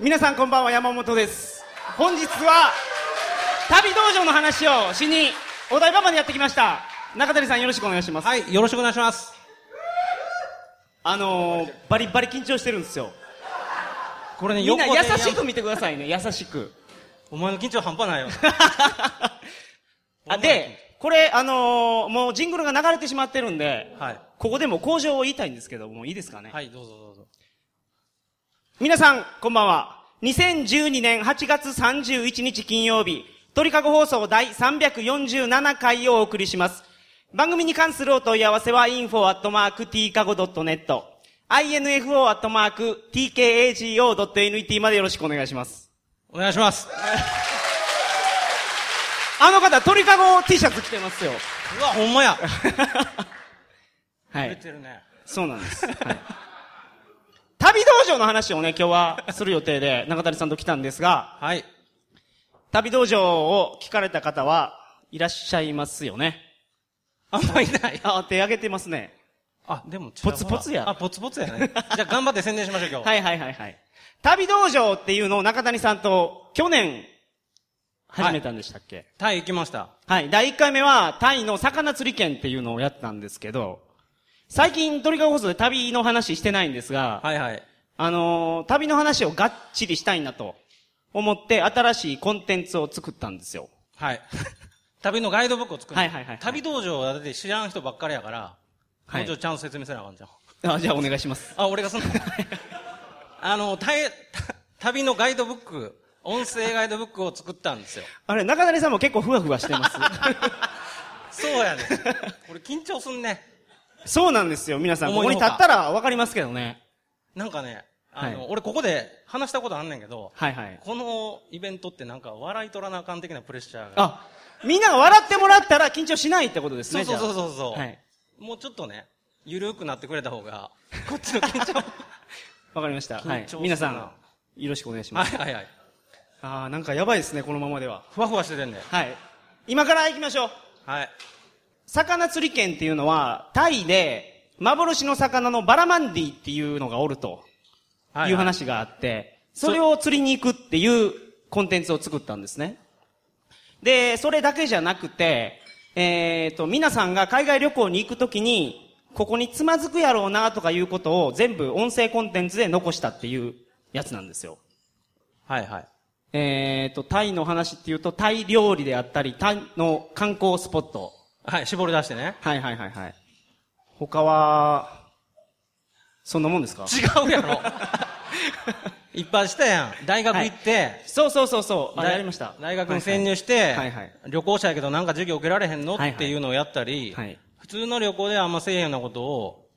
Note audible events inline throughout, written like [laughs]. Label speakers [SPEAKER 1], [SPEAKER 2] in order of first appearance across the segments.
[SPEAKER 1] 皆さんこんばんは山本です本日は旅道場の話をしにお台場までやってきました中谷さんよろしくお願いします
[SPEAKER 2] はい、よろしくお願いします。
[SPEAKER 1] あのー、バリバリ緊張してるんですよ
[SPEAKER 2] これね、
[SPEAKER 1] みんな優
[SPEAKER 2] 横でや
[SPEAKER 1] しく見てくださいね優しく
[SPEAKER 2] お前の緊張半端ないよ。
[SPEAKER 1] [laughs] あでこれあのー、もうジングルが流れてしまってるんで
[SPEAKER 2] は
[SPEAKER 1] ここでも向上を言いたいんですけどもういいですかね
[SPEAKER 2] い。はい、どうぞどうぞ。
[SPEAKER 1] 皆さん、こんばんは。2012年8月31日金曜日、鳥かご放送第347回をお送りします。番組に関するお問い合わせは info.tkago.net、info.tkago.net までよろしくお願いします。
[SPEAKER 2] お願いします。
[SPEAKER 1] あの方、鳥かご T シャツ着て [laughs] ますよ。
[SPEAKER 2] うわ、ほんまや。
[SPEAKER 1] は
[SPEAKER 2] 出
[SPEAKER 1] い。
[SPEAKER 2] てるね。
[SPEAKER 1] そうなん [laughs] です。はい、旅道場の話をね、今日はする予定で中谷さんと来たんですが、
[SPEAKER 2] はい。
[SPEAKER 1] 旅道場を聞かれた方はいらっしゃいますよね。
[SPEAKER 2] あんまいない。
[SPEAKER 1] あ、手挙げてますね。
[SPEAKER 2] あ、でも、
[SPEAKER 1] ポツポツや
[SPEAKER 2] あ、ポツポツやね。じゃあ、頑張って宣伝しましょう、今日。
[SPEAKER 1] はいはいはいはい。旅道場っていうのを中谷さんと去年始めたんでしたっけ、
[SPEAKER 2] タイ行きました。
[SPEAKER 1] はい、第1回目はタイの魚釣り券っていうのをやったんですけど、最近鳥かご放送で旅の話してないんですが、
[SPEAKER 2] はいはい。
[SPEAKER 1] あのー旅の話をがっちりしたいなと思って新しいコンテンツを作ったんですよ。
[SPEAKER 2] はい。 [laughs] 旅のガイドブックを作る。
[SPEAKER 1] はいはいはいはい
[SPEAKER 2] 旅道場はだって知らん人ばっかりやから、
[SPEAKER 1] はい
[SPEAKER 2] もうちょっとちゃんと説明せなあかんじゃん。
[SPEAKER 1] あ、じゃあお願いし [laughs] ます。
[SPEAKER 2] あ、俺がそんな。あの、タイ、た旅のガイドブック、音声ガイドブックを作ったんですよ。
[SPEAKER 1] あれ、中谷さんも結構ふわふわして [laughs] ます。
[SPEAKER 2] そう [laughs] やね。俺緊張すんね。
[SPEAKER 1] そうなんですよ、皆さん。こ
[SPEAKER 2] 思
[SPEAKER 1] こ
[SPEAKER 2] い
[SPEAKER 1] に
[SPEAKER 2] のほ
[SPEAKER 1] 立
[SPEAKER 2] か
[SPEAKER 1] ったらわかりますけどね。
[SPEAKER 2] なんかね、あの、
[SPEAKER 1] はい
[SPEAKER 2] 俺ここで話したことあんねんけど、
[SPEAKER 1] はいはい。
[SPEAKER 2] このイベントってなんか笑い取らなあかん的なプレッシャーが。
[SPEAKER 1] あ、みんなが笑ってもらったら緊張しないってことです
[SPEAKER 2] そう
[SPEAKER 1] ね、
[SPEAKER 2] そうそう
[SPEAKER 1] う
[SPEAKER 2] そうそう、
[SPEAKER 1] はい。
[SPEAKER 2] もうちょっとね、ゆるくなってくれた方が、こっちの緊
[SPEAKER 1] [laughs]
[SPEAKER 2] 張。
[SPEAKER 1] わかりました。は
[SPEAKER 2] 緊張
[SPEAKER 1] い
[SPEAKER 2] す。るな
[SPEAKER 1] 皆さん、よろしくお願いしま
[SPEAKER 2] は
[SPEAKER 1] す。
[SPEAKER 2] いはいはい。
[SPEAKER 1] あー、なんかやばいですね、このままでは。
[SPEAKER 2] ふわふわしててんね。
[SPEAKER 1] はい。今から行きましょう。
[SPEAKER 2] はい。
[SPEAKER 1] 魚釣り券っていうのは、タイで、幻の魚のバラマンディっていうのがおると
[SPEAKER 2] はい、
[SPEAKER 1] いう。話があって、それを釣りに行くっていうコンテンツを作ったんですね。で、それだけじゃなくて、えっ、と、皆さんが海外旅行に行くときに、ここにつまずくやろうなとかいうことを全部音声コンテンツで残したっていうやつなんですよ。
[SPEAKER 2] はいはい。
[SPEAKER 1] えっ、と、タイの話っていうと、タイ料理であったり、タイの観光スポット。
[SPEAKER 2] はい、絞り出してね。
[SPEAKER 1] はいはいはいはい。他は、そんなもんですか
[SPEAKER 2] 違うや
[SPEAKER 1] [laughs]
[SPEAKER 2] ろ。いっぱいしたやん。大学行って、
[SPEAKER 1] そうそうそうそう。あ、
[SPEAKER 2] 大
[SPEAKER 1] やりました。
[SPEAKER 2] 大学に潜入して、
[SPEAKER 1] はいはい
[SPEAKER 2] 旅行者やけどなんか授業受けられへんの、
[SPEAKER 1] はいはい
[SPEAKER 2] っていうのをやったり、
[SPEAKER 1] はい
[SPEAKER 2] 普通の旅行ではあんませえへんようなことを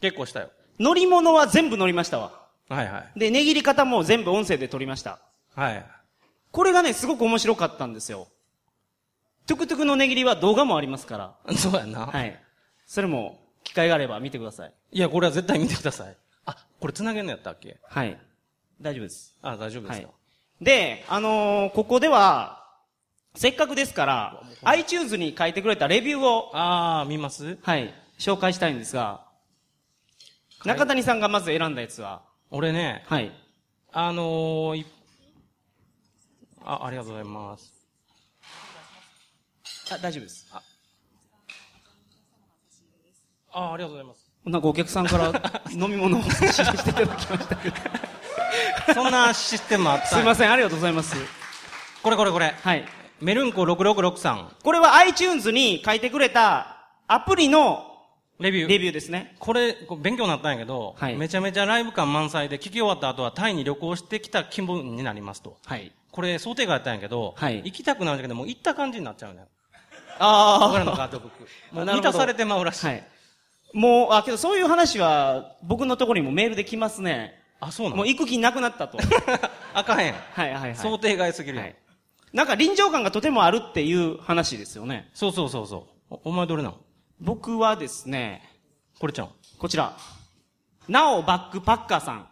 [SPEAKER 2] 結構したよ。
[SPEAKER 1] 乗り物は全部乗りましたわ。
[SPEAKER 2] はいはい。
[SPEAKER 1] で、握り方も全部音声で撮りました。
[SPEAKER 2] はい。 [laughs]
[SPEAKER 1] これがね、すごく面白かったんですよ。トゥクトゥクの握りは動画もありますから。
[SPEAKER 2] そうやんな。い。
[SPEAKER 1] はい。それも、機会があれば見てください。
[SPEAKER 2] や、これは絶対見てください。あ、これ繋げんのやったっけ
[SPEAKER 1] はい。大丈夫です。
[SPEAKER 2] あ、大丈夫で
[SPEAKER 1] は
[SPEAKER 2] す
[SPEAKER 1] い
[SPEAKER 2] よ。。
[SPEAKER 1] で、あのーここでは、せっかくですから、iTunes に書いてくれたレビューを、
[SPEAKER 2] あー、見ます
[SPEAKER 1] はい、紹介したいんですが、
[SPEAKER 2] い
[SPEAKER 1] 中谷さんがまず選んだやつは、
[SPEAKER 2] 俺ね、
[SPEAKER 1] はい。
[SPEAKER 2] あのー、いあ、ありがとうございます。
[SPEAKER 1] あ、大丈夫です。
[SPEAKER 2] あ、ありがとうございます。
[SPEAKER 1] なんかお客さん
[SPEAKER 2] [laughs]
[SPEAKER 1] から飲み物を [laughs] 差し入れしていただきましたけど。
[SPEAKER 2] そんなシステムあっ
[SPEAKER 1] [laughs]
[SPEAKER 2] た
[SPEAKER 1] すいません、ありがとうございます。
[SPEAKER 2] これこれこれ。
[SPEAKER 1] はい。
[SPEAKER 2] メルンコ666さん、
[SPEAKER 1] これは iTunes に書いてくれたアプリの
[SPEAKER 2] レビュー。
[SPEAKER 1] レビューですね。
[SPEAKER 2] これ、こう勉強になったんやけど、
[SPEAKER 1] はい
[SPEAKER 2] めちゃめちゃライブ感満載で、聞き終わった後はタイに旅行してきた気分になりますと。
[SPEAKER 1] はい。
[SPEAKER 2] これ、想定外やったんやけど、
[SPEAKER 1] はい
[SPEAKER 2] 行きたくなるんだけど、もう行った感じになっちゃ
[SPEAKER 1] [laughs]
[SPEAKER 2] うね。僕らの
[SPEAKER 1] あ
[SPEAKER 2] ガードブック。
[SPEAKER 1] あ
[SPEAKER 2] もう
[SPEAKER 1] なる
[SPEAKER 2] 満
[SPEAKER 1] ほど
[SPEAKER 2] たされてまうらしい。
[SPEAKER 1] あ。 [laughs] はい。もう、あ、けどそういう話は僕のところにもメールで来ますね。
[SPEAKER 2] あ、そうな
[SPEAKER 1] も
[SPEAKER 2] の
[SPEAKER 1] う行く気なくなったと。
[SPEAKER 2] [laughs] あかんやん。
[SPEAKER 1] はいはいはい。
[SPEAKER 2] 想定外すぎるや
[SPEAKER 1] は
[SPEAKER 2] ん、
[SPEAKER 1] い。なんか臨場感がとてもあるっていう話ですよね。
[SPEAKER 2] そうそうそうそう。おお前どれなの
[SPEAKER 1] 僕はですね、
[SPEAKER 2] これちゃん。
[SPEAKER 1] こちら。なおバックパッカーさん。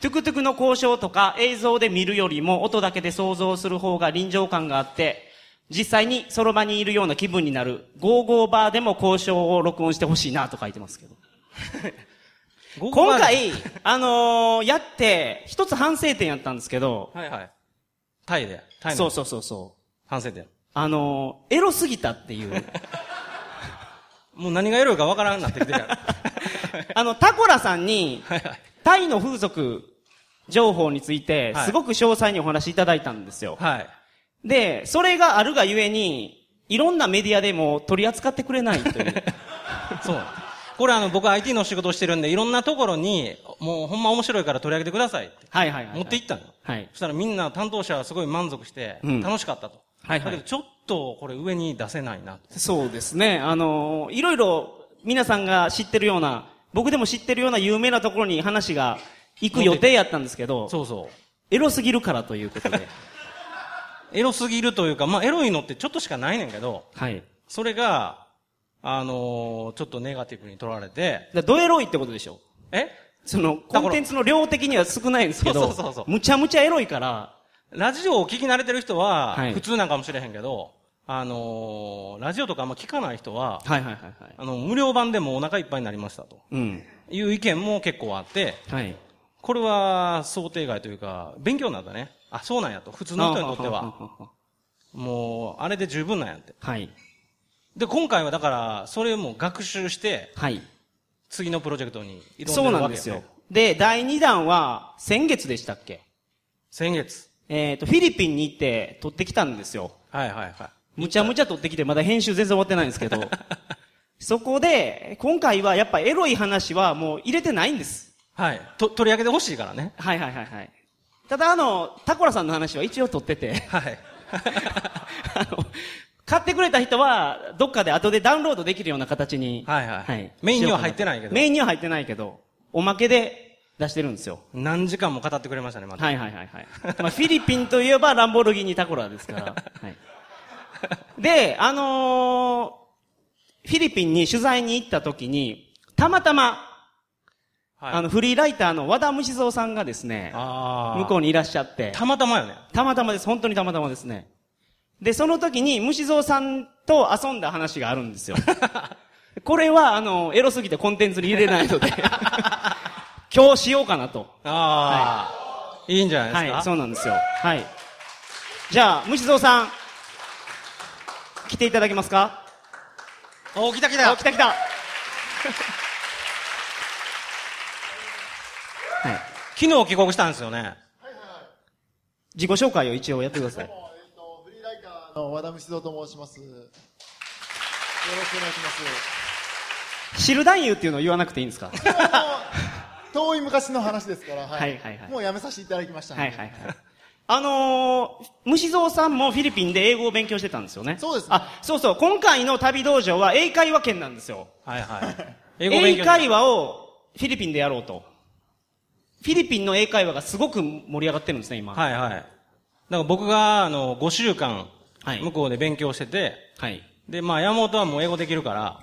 [SPEAKER 1] トゥクトゥクの交渉とか映像で見るよりも音だけで想像する方が臨場感があって、実際にその場にいるような気分になる、ゴーゴーバーでも交渉を録音してほしいなと書いてますけど。
[SPEAKER 2] 午後
[SPEAKER 1] 今
[SPEAKER 2] まで
[SPEAKER 1] 回、あのーやって、一つ反省点やったんですけど、
[SPEAKER 2] はいはい。タイで。タイの
[SPEAKER 1] そうそうそうそう。
[SPEAKER 2] 反省点。
[SPEAKER 1] あのーエロすぎたっていう。
[SPEAKER 2] もう何がエロいかわからんなってき
[SPEAKER 1] [laughs]
[SPEAKER 2] てるやろ。
[SPEAKER 1] あの、タコラさんに、
[SPEAKER 2] はいはい。
[SPEAKER 1] タイの風俗情報について、
[SPEAKER 2] はい
[SPEAKER 1] すごく詳細にお話しいただいたんですよ。
[SPEAKER 2] はい。
[SPEAKER 1] で、それがあるがゆえに、いろんなメディアでも取り扱ってくれないと
[SPEAKER 2] [laughs]
[SPEAKER 1] いう。
[SPEAKER 2] そう。これあの、僕 IT の仕事をしてるんで、いろんなところに、もうほんま面白いから取り上げてくださいって。
[SPEAKER 1] はいはいはい、はい。
[SPEAKER 2] 持って行ったの。
[SPEAKER 1] はい。
[SPEAKER 2] そしたらみんな担当者はすごい満足して
[SPEAKER 1] うん、
[SPEAKER 2] 楽しかったと。
[SPEAKER 1] はいはい
[SPEAKER 2] だけどちょっとこれ上に出せないな。
[SPEAKER 1] そうですね。あのーいろいろ皆さんが知ってるような、僕でも知ってるような有名なところに話が行く予定やったんですけど、
[SPEAKER 2] そうそう。
[SPEAKER 1] エロすぎるからということ
[SPEAKER 2] [laughs]
[SPEAKER 1] で。
[SPEAKER 2] エロすぎるというか、まあエロいのってちょっとしかないねんけど、
[SPEAKER 1] はい。
[SPEAKER 2] それが、あのーちょっとネガティブに取られて、
[SPEAKER 1] だドエロいってことでしょ
[SPEAKER 2] え
[SPEAKER 1] その、
[SPEAKER 2] ら
[SPEAKER 1] コンテンツの量的には少ないんですけど、
[SPEAKER 2] そうそうそうそう
[SPEAKER 1] むちゃむちゃエロいから、
[SPEAKER 2] ラジオを聞き慣れてる人は
[SPEAKER 1] はい、
[SPEAKER 2] 普通なんかもしれへんけど、あのーラジオとかあんま聞かない人は、
[SPEAKER 1] はいはいはいはい。
[SPEAKER 2] あの、無料版でもお腹いっぱいになりましたと
[SPEAKER 1] うん。
[SPEAKER 2] いう意見も結構あって、
[SPEAKER 1] はい。
[SPEAKER 2] これは想定外というか、勉強になったね。あ、そうなんやと。普通の人にとっては、
[SPEAKER 1] は。
[SPEAKER 2] もう、あれで十分なんやって。
[SPEAKER 1] はい。
[SPEAKER 2] で、今回はだから、それをもう学習して、
[SPEAKER 1] はい。
[SPEAKER 2] 次のプロジェクトに挑んでるわけ、ね、
[SPEAKER 1] そうなんですよ。。で、第2弾は、先月でしたっけ
[SPEAKER 2] 先月。
[SPEAKER 1] えっ、と、フィリピンに行って撮ってきたんですよ。
[SPEAKER 2] はいはいはい。
[SPEAKER 1] むちゃむちゃ撮ってきて、まだ編集全然終わってないんですけ
[SPEAKER 2] [laughs]
[SPEAKER 1] ど。そこで、今回はやっぱエロい話はもう入れてないんです。
[SPEAKER 2] はい。と、取り上げてほしいからね。
[SPEAKER 1] はいはいはいはい。ただあの、タコラさんの話は一応撮ってて。
[SPEAKER 2] [laughs] はい。
[SPEAKER 1] あの、買ってくれた人は、どっかで後でダウンロードできるような形に。
[SPEAKER 2] はいはいメインには入ってないけど
[SPEAKER 1] メインには入ってないけど、おまけで出してるんですよ。
[SPEAKER 2] 何時間も語ってくれましたね、また。
[SPEAKER 1] はいはいはいはい。まあ、フィリピンといえばランボルギーニタコラです
[SPEAKER 2] [laughs]
[SPEAKER 1] から。はい、で、あのーフィリピンに取材に行った時に、たまたま、
[SPEAKER 2] はい。
[SPEAKER 1] あの、フリーライターの和田虫蔵さんがですね、
[SPEAKER 2] あー
[SPEAKER 1] 向こうにいらっしゃって。
[SPEAKER 2] たまたまよね。
[SPEAKER 1] たまたまです。本当にたまたまですね。で、その時に虫蔵さんと遊んだ話があるん
[SPEAKER 2] [laughs]
[SPEAKER 1] ですよ。これは、あの、エロすぎてコンテンツに入れない
[SPEAKER 2] [laughs]
[SPEAKER 1] ので、今日しようかなと。
[SPEAKER 2] ああ、い、いんじゃない
[SPEAKER 1] はい
[SPEAKER 2] で、すか。
[SPEAKER 1] そうなんですよ。はい。じゃあ、虫蔵さん、来ていただけますか
[SPEAKER 2] お、来た来
[SPEAKER 1] あ、
[SPEAKER 2] た
[SPEAKER 1] 来た来た。はい。
[SPEAKER 2] 昨日帰国したんですよね。
[SPEAKER 1] 自己紹介を一応やってください。
[SPEAKER 3] えっと、フリーライターの和田虫蔵と申します。よろしくお願いし
[SPEAKER 1] 知る男優っていうのを言わなくていいんですか [laughs]
[SPEAKER 3] ます。遠い昔の話ですから、は
[SPEAKER 1] はいはいはい
[SPEAKER 3] もうやめさせていただきましたんで
[SPEAKER 1] はいはいはい。あのー、虫蔵さんもフィリピンで英語を勉強してたんですよね。
[SPEAKER 3] そうですね
[SPEAKER 1] あ、そうそう。今回の旅道場は英会話圏なんですよ。
[SPEAKER 2] はいはい。
[SPEAKER 1] 英
[SPEAKER 2] 勉強
[SPEAKER 1] 会話をフィリピンでやろうと。フィリピンの英会話がすごく盛り上がってるんですね、今。
[SPEAKER 2] はいはい。だから僕が、あの、5週間
[SPEAKER 1] はい、
[SPEAKER 2] 向こうで勉強してて、
[SPEAKER 1] はい。
[SPEAKER 2] で、まあ、山本はもう英語できるから、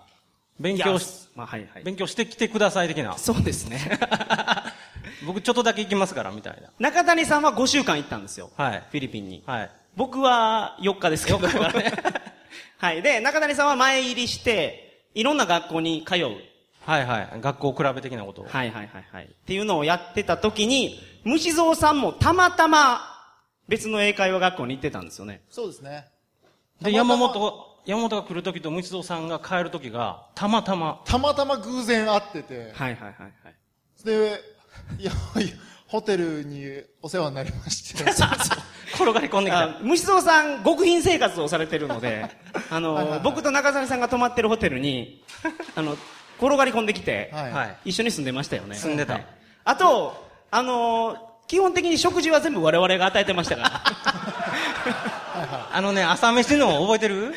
[SPEAKER 2] 勉強
[SPEAKER 1] い
[SPEAKER 2] し、
[SPEAKER 1] やまあはいはい。
[SPEAKER 2] 勉強してきてください的な。
[SPEAKER 1] そうですね。
[SPEAKER 2] 僕ちょっとだけ行きますから、みたいな。
[SPEAKER 1] 中谷さんは5週間行ったんですよ。
[SPEAKER 2] はい。
[SPEAKER 1] フィリピンに。
[SPEAKER 2] はい。
[SPEAKER 1] 僕は4日ですけど。
[SPEAKER 2] 4日から
[SPEAKER 1] [laughs]
[SPEAKER 2] ね
[SPEAKER 1] はい。で、中谷さんは前入りして、いろんな学校に通う。
[SPEAKER 2] はいはい。学校比べ的なことを。
[SPEAKER 1] はいはいはいはい。っていうのをやってた時に、虫蔵さんもたまたま別の英会話学校に行ってたんですよね。
[SPEAKER 3] そうですね。
[SPEAKER 2] で、
[SPEAKER 3] たま
[SPEAKER 2] 山
[SPEAKER 3] たま
[SPEAKER 2] 本、山本が来るときと、むつさんが帰るときが、たまたま、
[SPEAKER 3] たまたま偶然会ってて、
[SPEAKER 1] はいはいはいはい。
[SPEAKER 3] で、いや、いやホテルにお世話になりま
[SPEAKER 1] [laughs]
[SPEAKER 3] して、
[SPEAKER 2] 転がり込んできた。
[SPEAKER 1] あ虫蔵さん、極貧生活をされてるの
[SPEAKER 2] [laughs]
[SPEAKER 1] で、あの、
[SPEAKER 3] はいはいはい
[SPEAKER 1] 僕と中谷さんが泊まってるホテルに、あの、転がり込んできて、
[SPEAKER 3] はい
[SPEAKER 2] はい。
[SPEAKER 1] 一緒に住んでましたよね。
[SPEAKER 2] 住んでた
[SPEAKER 1] はいあと、あのー基本的に食事は全部我々が与えてま
[SPEAKER 2] [laughs]
[SPEAKER 1] したから。
[SPEAKER 2] あのね、朝飯の覚えてる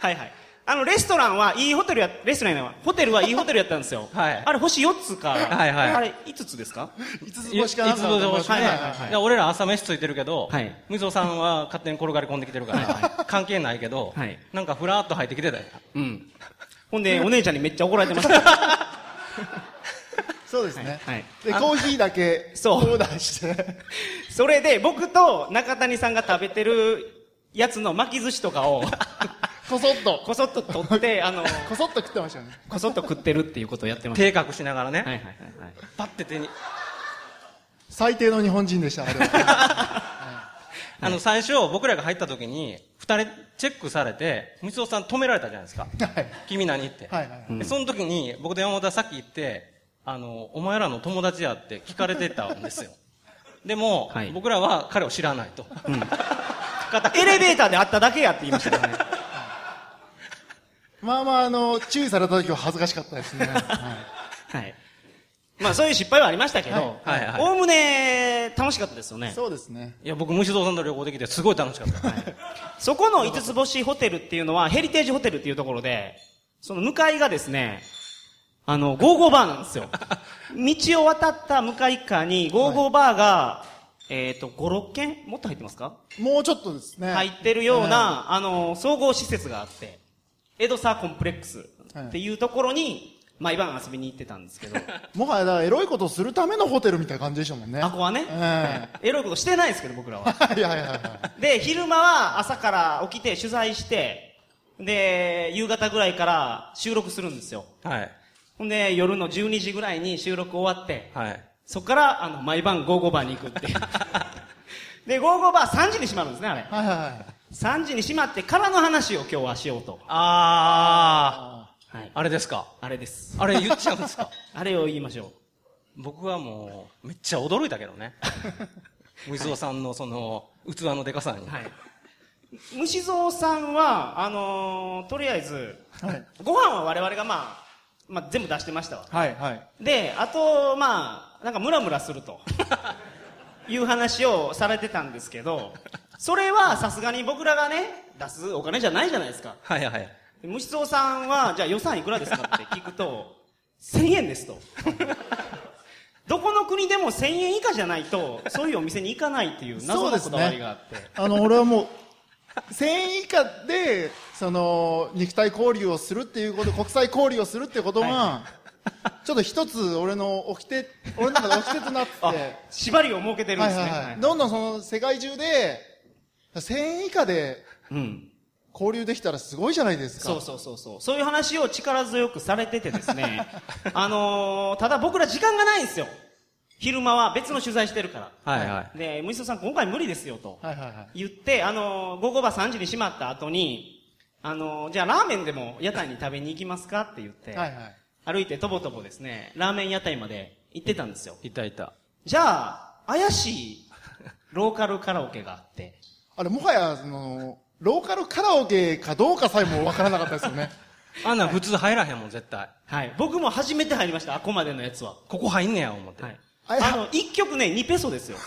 [SPEAKER 1] はいはい。あの、レストランは、いいホテルや、レストランやないわホテルはいいホテルやったんですよ。
[SPEAKER 2] はい
[SPEAKER 1] あれ、星4つか。
[SPEAKER 2] はいはい
[SPEAKER 1] あれ、5つですか
[SPEAKER 3] 5つ星かなんかだと思います
[SPEAKER 1] はいはいはい
[SPEAKER 2] いや俺ら朝飯ついてるけど、
[SPEAKER 1] はい
[SPEAKER 2] むつさんは勝手に転がり込んできてるから、関係ないけど、
[SPEAKER 1] はい
[SPEAKER 2] なんかふらっと入ってきてたよ。
[SPEAKER 1] うん。ほんで、お姉ちゃんにめっちゃ怒られてました。
[SPEAKER 3] そうですね。
[SPEAKER 1] はいはい
[SPEAKER 3] で、コーヒーだけ、
[SPEAKER 1] そう
[SPEAKER 3] オーダーして、
[SPEAKER 1] そ [laughs] れで、僕と中谷さんが食べてるやつの巻き寿司とかを、
[SPEAKER 3] こそっと。
[SPEAKER 1] こそっと取って、あの、
[SPEAKER 3] こそっと食ってましたよね。
[SPEAKER 1] こそっと食ってるっていうことをやってまし
[SPEAKER 2] 手隠しながらね、
[SPEAKER 1] た。はいはいはいはい。
[SPEAKER 2] パッて手に。
[SPEAKER 3] 最低の日本人でした、あれ
[SPEAKER 1] [laughs]
[SPEAKER 3] は。
[SPEAKER 2] あの、最初、僕らが入った時に、二人チェックされて、三尾さん止められたじゃないですか。
[SPEAKER 3] はい。
[SPEAKER 2] 君何って。
[SPEAKER 3] はいはいはい
[SPEAKER 2] でその時に、僕と山本はさっき言って、あの、お前らの友達やって聞かれてたんですよ。でも、
[SPEAKER 1] はい
[SPEAKER 2] 僕らは彼を知らないと。固く
[SPEAKER 1] エレベーターで会っただけやって言いましたよね。
[SPEAKER 3] まあまあ、あの、注意された時は恥ずかしかっ
[SPEAKER 1] [laughs]
[SPEAKER 3] たですね。は
[SPEAKER 1] はい。まあそういう失敗はありましたけど、
[SPEAKER 2] はいはいはい
[SPEAKER 1] おおむね楽しかったですよ
[SPEAKER 3] い。
[SPEAKER 1] ね。
[SPEAKER 3] そうですね。
[SPEAKER 2] いや、僕、虫蔵さんと旅行できて、すごい楽しかった。
[SPEAKER 1] そこの五つ星ホテルっていうのは、ヘリテージホテルっていうところで、その向かいがですね、あの、ゴーゴーバーなん
[SPEAKER 3] [laughs]
[SPEAKER 1] ですよ。道を渡った向かい側に、ゴーゴーバーが、えっ、と、5、6軒もっと入ってますか
[SPEAKER 3] もうちょっとですね。
[SPEAKER 1] 入ってるような、あの、総合施設があって、エドサーコンプレックスっていうところに、毎晩遊びに行ってたんですけど、
[SPEAKER 3] [laughs] えー。もはや、だからエロいことをするためのホテルみたいな感じでしたもんね。
[SPEAKER 1] あこはね、
[SPEAKER 3] え
[SPEAKER 1] エロいことしてないですけど、僕らは。
[SPEAKER 3] え。はいはいはいはい。
[SPEAKER 1] で、昼間は朝から起きて取材して、で、夕方ぐらいから収録するんですよ。
[SPEAKER 2] はい。
[SPEAKER 1] ほんで、夜の12時ぐらいに収録終わって、
[SPEAKER 2] はい。
[SPEAKER 1] そこから、あの、毎晩ゴーゴーバーに行くっていう。で、ゴーゴーバー3時に閉まるんですね、あれ。
[SPEAKER 3] はいはいはい。
[SPEAKER 1] 3時に閉まってからの話を今日はしようと。
[SPEAKER 2] あ
[SPEAKER 3] あ
[SPEAKER 1] はい
[SPEAKER 2] ー、。あれですか。
[SPEAKER 1] あれです。
[SPEAKER 2] あれ言っちゃうんですか。 [laughs]
[SPEAKER 1] あれを言いましょ
[SPEAKER 2] 僕はもう、めっちゃ驚いたけどね。 [laughs] 水尾さんのその、器のでかさに。
[SPEAKER 1] う。はい。虫蔵さんは、あのーとりあえず、
[SPEAKER 3] はい
[SPEAKER 1] ご飯は我々がまあ、まあ全部出してましたわ。
[SPEAKER 3] はいはい。
[SPEAKER 1] で、あと、まあ、なんかムラムラする
[SPEAKER 3] [laughs]
[SPEAKER 1] という話をされてたんですけど、それはさすがに僕らがね、出すお金じゃないじゃないですか。
[SPEAKER 2] はいはい。
[SPEAKER 1] 虫蔵さんは、じゃあ予算いくらですかって聞くと、1000円です
[SPEAKER 3] [laughs]
[SPEAKER 1] と。どこの国でも1000円以下じゃないと、そういうお店に行かないっていう謎のこだわりがあって。
[SPEAKER 3] あの、俺はもう、1000円以下で、その、肉体交流をするっていうこと、国際交流をするっていうことが、
[SPEAKER 1] は
[SPEAKER 3] ちょっと一つ俺の掟、俺の中で掟となってて、
[SPEAKER 1] あ、縛りを設けてるん
[SPEAKER 3] は
[SPEAKER 1] で
[SPEAKER 3] い
[SPEAKER 1] すね。
[SPEAKER 3] はい
[SPEAKER 1] は
[SPEAKER 3] はいい。どんどんその世界中で、1000円以下で
[SPEAKER 1] うん。
[SPEAKER 3] 交流できたらすごいじゃないですか。
[SPEAKER 1] そうそうそうそう。そういう話を力強くされててですね。
[SPEAKER 2] [laughs]
[SPEAKER 1] あのー、ただ僕ら時間がないんですよ。昼間は別の取材してるから。
[SPEAKER 2] はいはい。
[SPEAKER 1] で、むしさん今回無理ですよと。
[SPEAKER 3] はいはいはい。
[SPEAKER 1] 言って、あのー、午後場3時に閉まった後に、あのー、じゃあラーメンでも屋台に食べに行きますかって言って、
[SPEAKER 3] はいはい。
[SPEAKER 1] 歩いてとぼとぼですね、ラーメン屋台まで行ってたんですよ。
[SPEAKER 2] いたいた。
[SPEAKER 1] じゃあ、怪しいローカルカラオケがあって、
[SPEAKER 3] あれ、もはや、その、ローカルカラオケかどうかさえもわからなかったです
[SPEAKER 1] [laughs]
[SPEAKER 3] よね。
[SPEAKER 2] あんなん普通入らへんもん、絶対。
[SPEAKER 1] はい。僕も初めて入りました、あこまでのやつは。
[SPEAKER 2] ここ入んねや、思って。
[SPEAKER 1] はい。
[SPEAKER 3] あれ
[SPEAKER 1] あの、1曲ね、2ペソですよ。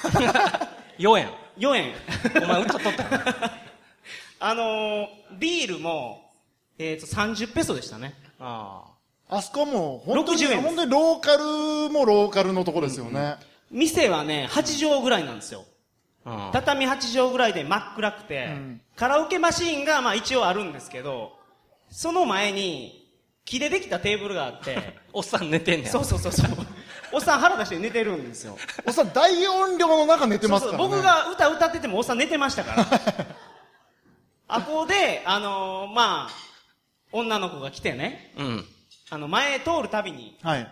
[SPEAKER 2] 4円。
[SPEAKER 1] 4円。
[SPEAKER 2] お前歌っとったよね
[SPEAKER 1] あのー、ビールも、えっ、と、30ペソでしたね。
[SPEAKER 2] [laughs] あ
[SPEAKER 3] あそこも、本当に、
[SPEAKER 1] 60円です
[SPEAKER 3] 本当にローカルもローカルのとこですよね。
[SPEAKER 1] 店はね、8畳ぐらいなんですよ。
[SPEAKER 2] あ。うん。
[SPEAKER 1] 畳8畳ぐらいで真っ暗くて、
[SPEAKER 3] うん
[SPEAKER 1] カラオケマシーンがまあ一応あるんですけど、その前に、木でできたテーブルがあって、
[SPEAKER 3] [laughs]
[SPEAKER 2] おっさん寝てんねや。
[SPEAKER 1] そうそうそうそう。おっさん腹出して寝てるんですよ。
[SPEAKER 3] おっさん、大音量の中寝てますからね。
[SPEAKER 1] そうそう僕が歌歌っててもおっさん寝てました
[SPEAKER 3] [laughs]
[SPEAKER 1] から。あこで、あのーまあ、女の子が来てね、
[SPEAKER 2] うん。
[SPEAKER 1] あの、前通るたびに、
[SPEAKER 3] はい。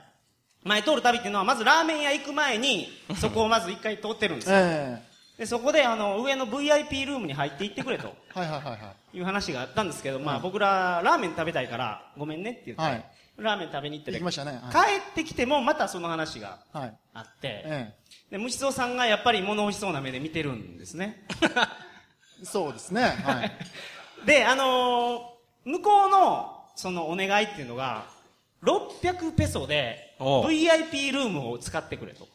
[SPEAKER 1] 前通る旅っていうのは、まずラーメン屋行く前に、そこをまず一回通ってるんですよ。
[SPEAKER 3] え
[SPEAKER 1] で、そこで、あの、上の VIP ルームに入っていってくれと
[SPEAKER 3] えはいはいはいはい。
[SPEAKER 1] いう話があったんですけど、まあ僕ら、ラーメン食べたいから、ごめんねって言って、
[SPEAKER 3] はい
[SPEAKER 1] ラーメン食べに行って
[SPEAKER 3] 行きましたね
[SPEAKER 1] 帰ってきても、またその話が
[SPEAKER 3] はい。
[SPEAKER 1] あって、
[SPEAKER 3] え
[SPEAKER 1] で、虫蔵さんがやっぱり物欲しそうな目で見てるんですね。
[SPEAKER 3] えそうで
[SPEAKER 1] [laughs]
[SPEAKER 3] すね。はい。
[SPEAKER 1] で、あのー向こうの、そのお願いっていうのが、600ペソで、
[SPEAKER 2] おう
[SPEAKER 1] VIP ルームを使ってくれと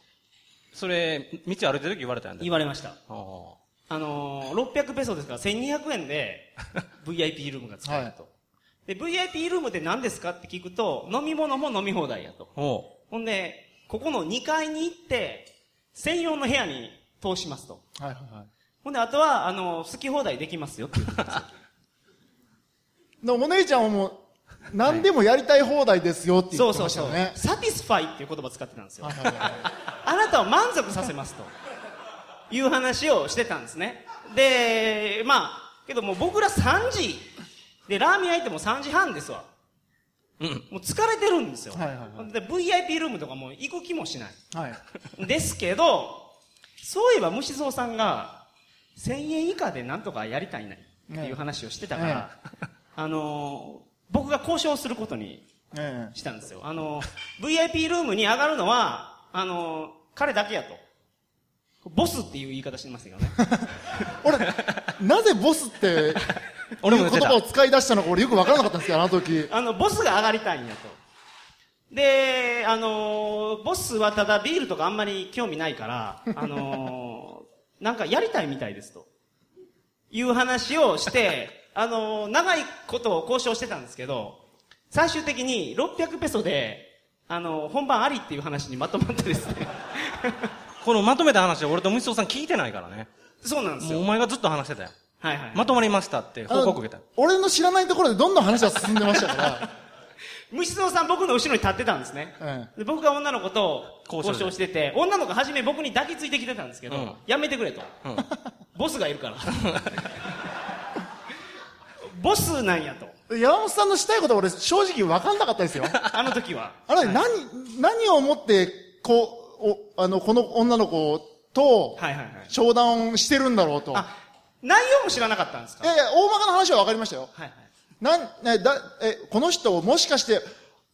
[SPEAKER 2] それ、道歩いてる時言われたんだ
[SPEAKER 1] 言
[SPEAKER 2] よ。
[SPEAKER 1] われました。
[SPEAKER 2] ああ。
[SPEAKER 1] あのー、600ペソですから1200円で
[SPEAKER 3] [laughs]
[SPEAKER 1] VIP ルームが使えると。で、VIP ルームって何ですかって聞くと、飲み物も飲み放題やと。
[SPEAKER 2] ほ
[SPEAKER 1] ほんで、ここの2階に行って、専用の部屋に通しますと。
[SPEAKER 3] はいはいは
[SPEAKER 1] ほんで、あとは、あのー好き放題できますよっていうこと
[SPEAKER 3] [laughs]
[SPEAKER 1] ですよ
[SPEAKER 3] い。でもお姉ちゃんはもう、何でもやりたい放題ですよって言
[SPEAKER 1] そ
[SPEAKER 3] っ
[SPEAKER 1] う
[SPEAKER 3] て
[SPEAKER 1] そ
[SPEAKER 3] ま
[SPEAKER 1] う
[SPEAKER 3] した
[SPEAKER 1] そう
[SPEAKER 3] よね。。
[SPEAKER 1] サティスファイっていう言葉使ってたんですよ
[SPEAKER 3] はい。はいはい
[SPEAKER 1] あなたを満足させますと。いう話をしてたんですね。で、まあ、けどもう僕ら3時で、ラーメン屋行ってもう3時半ですわ。
[SPEAKER 2] うん。
[SPEAKER 1] もう疲れてるんですよ。
[SPEAKER 3] はいはいはい
[SPEAKER 1] で、VIP ルームとかもう行く気もしない。
[SPEAKER 3] はい。
[SPEAKER 1] ですけど、そういえば虫蔵さんが、1000円以下でなんとかやりたいねっていう話をしてたから、あのー僕が交渉することに
[SPEAKER 3] え
[SPEAKER 1] したんですよ。あのー VIP ルームに上がるのは、あのー彼だけやと。ボスっていう言い方してますよね。
[SPEAKER 3] え。俺、なぜボスって、
[SPEAKER 2] [laughs] 俺も言
[SPEAKER 3] 言
[SPEAKER 2] ってた
[SPEAKER 3] 葉を使い出したのか俺よくわからなかったんですけど、あの時。
[SPEAKER 1] あの、ボスが上がりたいんやと。で、あのーボスはただビールとかあんまり興味ないから、あのーなんかやりたいみたいですと。いう話をして、あのー長いことを交渉してたんですけど、最終的に600ペソで、あのー本番ありっていう話にまとまってですね。
[SPEAKER 2] このまとめた話は俺と虫蔵さん聞いてないからね。
[SPEAKER 1] そうなんです
[SPEAKER 2] もうお
[SPEAKER 1] よ。
[SPEAKER 2] 前がずっと話してたよ。
[SPEAKER 1] はいはい。
[SPEAKER 2] まとまりましたって報告受けた。
[SPEAKER 3] 俺の知らないところでどんどん話は進んでましたから。
[SPEAKER 1] 虫蔵さん僕の後ろに立ってたんですね。
[SPEAKER 3] え
[SPEAKER 1] で僕が女の子と
[SPEAKER 2] 交
[SPEAKER 1] 交
[SPEAKER 2] 渉
[SPEAKER 1] 渉
[SPEAKER 2] で
[SPEAKER 1] してて、女の子初め僕に抱きついてきてたんですけど、
[SPEAKER 2] うん
[SPEAKER 1] やめてくれと。
[SPEAKER 2] うん。
[SPEAKER 1] ボスがいるから。ボスなんやと。
[SPEAKER 2] [laughs]
[SPEAKER 3] え山本さんのしたいことは俺正直わかんなかったですよ。
[SPEAKER 1] あの時は。
[SPEAKER 3] あれ、何、何をもって、こう、お、あの、この女の子と、
[SPEAKER 1] はいはいはい。
[SPEAKER 3] 商談してるんだろうと。
[SPEAKER 1] あ、内容も知らなかったんです
[SPEAKER 3] い
[SPEAKER 1] か
[SPEAKER 3] やいや、大まかな話はわかりましたよ。
[SPEAKER 1] はいはい。
[SPEAKER 3] なん、ね、だ、え、この人をもしかして、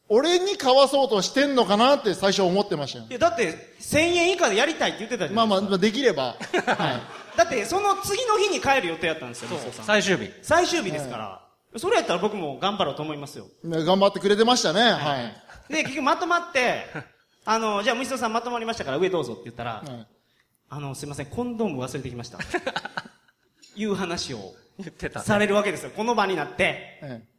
[SPEAKER 3] 俺に買わそうとしてんのかなって最初思ってましたよ
[SPEAKER 1] い。や、だって、1000円以下でやりたいって言ってたじゃ
[SPEAKER 3] ま
[SPEAKER 1] な
[SPEAKER 3] あ
[SPEAKER 1] いで
[SPEAKER 3] ま
[SPEAKER 1] す
[SPEAKER 3] あ、
[SPEAKER 1] か。
[SPEAKER 3] まあでき
[SPEAKER 2] [laughs]
[SPEAKER 3] れば。はい。
[SPEAKER 1] だって、その次の日に帰る予定やったんですよ、
[SPEAKER 2] そう
[SPEAKER 1] 息子さん。
[SPEAKER 2] 最終日。
[SPEAKER 1] 最終日ですから。それやったら僕も頑張ろうと思いますよ。
[SPEAKER 3] ね頑張ってくれてましたね。はい。
[SPEAKER 1] で、結局まとまって、あの、じゃあ、虫田さんまとまりましたから上どうぞって言ったら、
[SPEAKER 3] はい
[SPEAKER 1] あの、すいません、コンドーム忘れてきました。いう話を
[SPEAKER 2] 言ってた。
[SPEAKER 1] されるわけですよ。この場になって。
[SPEAKER 3] ええ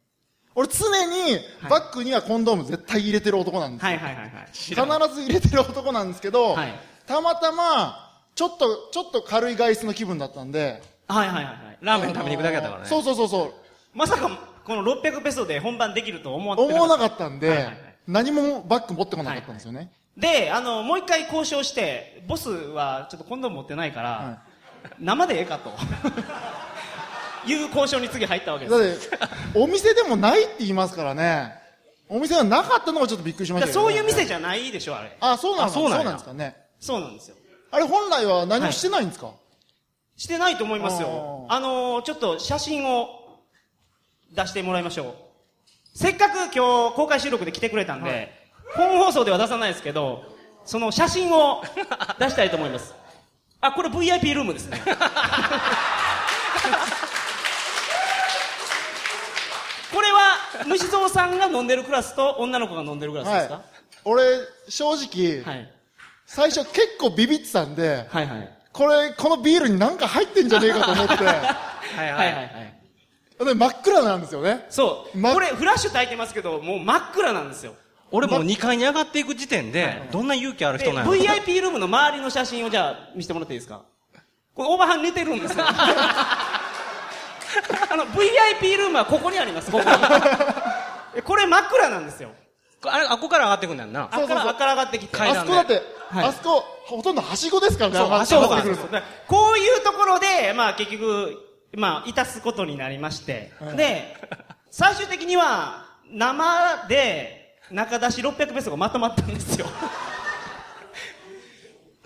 [SPEAKER 3] 俺常にバッグにはコンドーム絶対入れてる男なんですよ
[SPEAKER 1] はいはいはいはい。
[SPEAKER 3] 必ず入れてる男なんですけど、
[SPEAKER 1] はい
[SPEAKER 3] たまたま、ちょっと、ちょっと軽い外出の気分だったんで。
[SPEAKER 1] はいはいはいはい。
[SPEAKER 2] ラーメン食べに行くだけだったからね。
[SPEAKER 3] そうそうそうそう。
[SPEAKER 1] まさか、この600ペソで本番できると思って
[SPEAKER 3] 思わ
[SPEAKER 1] な
[SPEAKER 3] な
[SPEAKER 1] かっ
[SPEAKER 3] かったん
[SPEAKER 1] はいはいは
[SPEAKER 3] で
[SPEAKER 1] い、
[SPEAKER 3] 何もバッグ持ってこなかったんですよね。
[SPEAKER 1] た。で、あの、もう一回交渉して、ボスはちょっとコンドーム持ってないから、
[SPEAKER 3] は
[SPEAKER 1] 生でええかと。
[SPEAKER 2] [laughs]
[SPEAKER 1] いう交渉に次入ったわけです
[SPEAKER 3] だっ
[SPEAKER 1] よ。
[SPEAKER 3] て、お店でもないって言いますからね。お店がなかったのがちょっとびっくりしま
[SPEAKER 1] だか
[SPEAKER 3] した
[SPEAKER 1] ら
[SPEAKER 3] け
[SPEAKER 1] そう
[SPEAKER 3] どね
[SPEAKER 1] いう店じゃないでしょ、あれ。
[SPEAKER 3] あ、そうなの
[SPEAKER 2] あそうなんや
[SPEAKER 3] そうなんですかね。
[SPEAKER 1] そうなんですよ。
[SPEAKER 3] あれ本来は何もしてないんですか、
[SPEAKER 1] してないと思いますよ。
[SPEAKER 3] あ
[SPEAKER 1] あのちょっと写真を出してもらいましょう。せっかく今日公開収録で来てくれたんで、本放送では出さないですけど、その写真を出したいと思います。あ、これ VIP ルーム [laughs] ですね。これは、虫蔵さんが飲んでるクラスと女の子が飲んでるクラスですか、
[SPEAKER 3] はい。俺、正直、
[SPEAKER 1] はい、
[SPEAKER 3] 最初結構ビビってたんで、
[SPEAKER 1] はいはい。
[SPEAKER 3] これ、このビールになんか入ってんじゃねえかと
[SPEAKER 1] [laughs]
[SPEAKER 3] 思っ
[SPEAKER 2] はい
[SPEAKER 1] は
[SPEAKER 2] はいい
[SPEAKER 1] は
[SPEAKER 2] はいい。
[SPEAKER 1] はい。
[SPEAKER 3] て、で真っ暗なんですよね。
[SPEAKER 1] そう。
[SPEAKER 3] 真っ
[SPEAKER 1] これ、フラッシュ焚いてますけど、もう真っ暗なんですよ。
[SPEAKER 2] 俺もう2階に上がっていく時点で、どんな勇気ある
[SPEAKER 1] で
[SPEAKER 2] 人なんやろ
[SPEAKER 1] VIP ルームの周りの写真をじゃあ見せてもらっていいですかこれ、オーバーハン寝てるんです
[SPEAKER 2] [laughs]
[SPEAKER 1] よ。あの、VIP ルームはここにあります、ここに
[SPEAKER 2] [laughs]
[SPEAKER 1] これ真っ暗なんですよ。
[SPEAKER 2] あれ、あっこから上がってくんだよな。
[SPEAKER 1] あっ
[SPEAKER 3] そうそう
[SPEAKER 1] から、
[SPEAKER 3] そう
[SPEAKER 1] あっから上がってきて。
[SPEAKER 2] 階
[SPEAKER 3] あ
[SPEAKER 2] 段
[SPEAKER 3] そ
[SPEAKER 2] で
[SPEAKER 3] こだって、
[SPEAKER 1] はい
[SPEAKER 3] あそこ、ほとんどはしごですから
[SPEAKER 1] そ
[SPEAKER 3] ね、
[SPEAKER 1] う
[SPEAKER 3] 上がっ
[SPEAKER 1] そう
[SPEAKER 3] 上が
[SPEAKER 1] な
[SPEAKER 3] っ
[SPEAKER 1] ん
[SPEAKER 3] て
[SPEAKER 1] で
[SPEAKER 3] く
[SPEAKER 1] す
[SPEAKER 3] る
[SPEAKER 1] よだからこういうところで、まあ結局、まあ、いたすことになりまして。で、最終的には、生で、中出し600ペソがまとまったんですよ。 [laughs]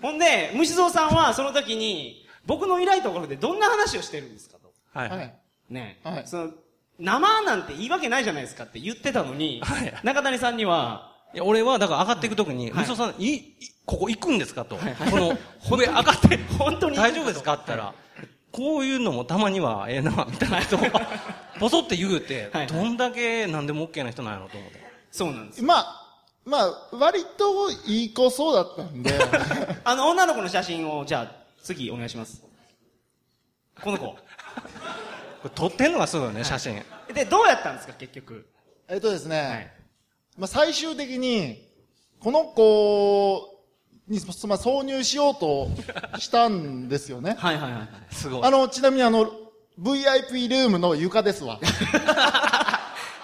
[SPEAKER 1] ほんで、虫蔵さんはその時に、僕のいないところでどんな話をしてるんですかと。
[SPEAKER 2] はい。
[SPEAKER 3] は
[SPEAKER 2] はいい。。
[SPEAKER 1] ね、
[SPEAKER 3] はい
[SPEAKER 1] その、生なんていいわけないじゃないですかって言ってたのに、
[SPEAKER 2] はい
[SPEAKER 1] 中谷さんには、
[SPEAKER 2] いや俺は、だから上がっていくときに、
[SPEAKER 1] はい
[SPEAKER 2] みそさん、い、いここ行くんですかと。こ
[SPEAKER 1] いはい
[SPEAKER 2] の、上上がって、
[SPEAKER 1] 本当に
[SPEAKER 2] 大丈夫ですかって言ったら、こういうのもたまにはええな、みたいな人を、ぼそって言うて
[SPEAKER 1] はいはい、
[SPEAKER 2] どんだけ何でも OK な人なんやろと思って。
[SPEAKER 1] そうなんですよ。
[SPEAKER 3] まあ、まあ、割といい子そうだったんで、
[SPEAKER 1] [laughs] あの、女の子の写真を、じゃあ、次お願いします。この子。
[SPEAKER 2] これ撮ってんのがすごいよね、写真。
[SPEAKER 1] で、どうやったんですか、結局。
[SPEAKER 3] えっとですね、
[SPEAKER 1] はい。
[SPEAKER 3] まあ最終的に、この子に、そまあ、挿入しようとしたんですよ
[SPEAKER 1] [laughs]
[SPEAKER 3] ね。
[SPEAKER 1] はいはいはい。
[SPEAKER 2] すごい
[SPEAKER 3] あ。の、ちなみにあの、VIP ルームの床ですわ。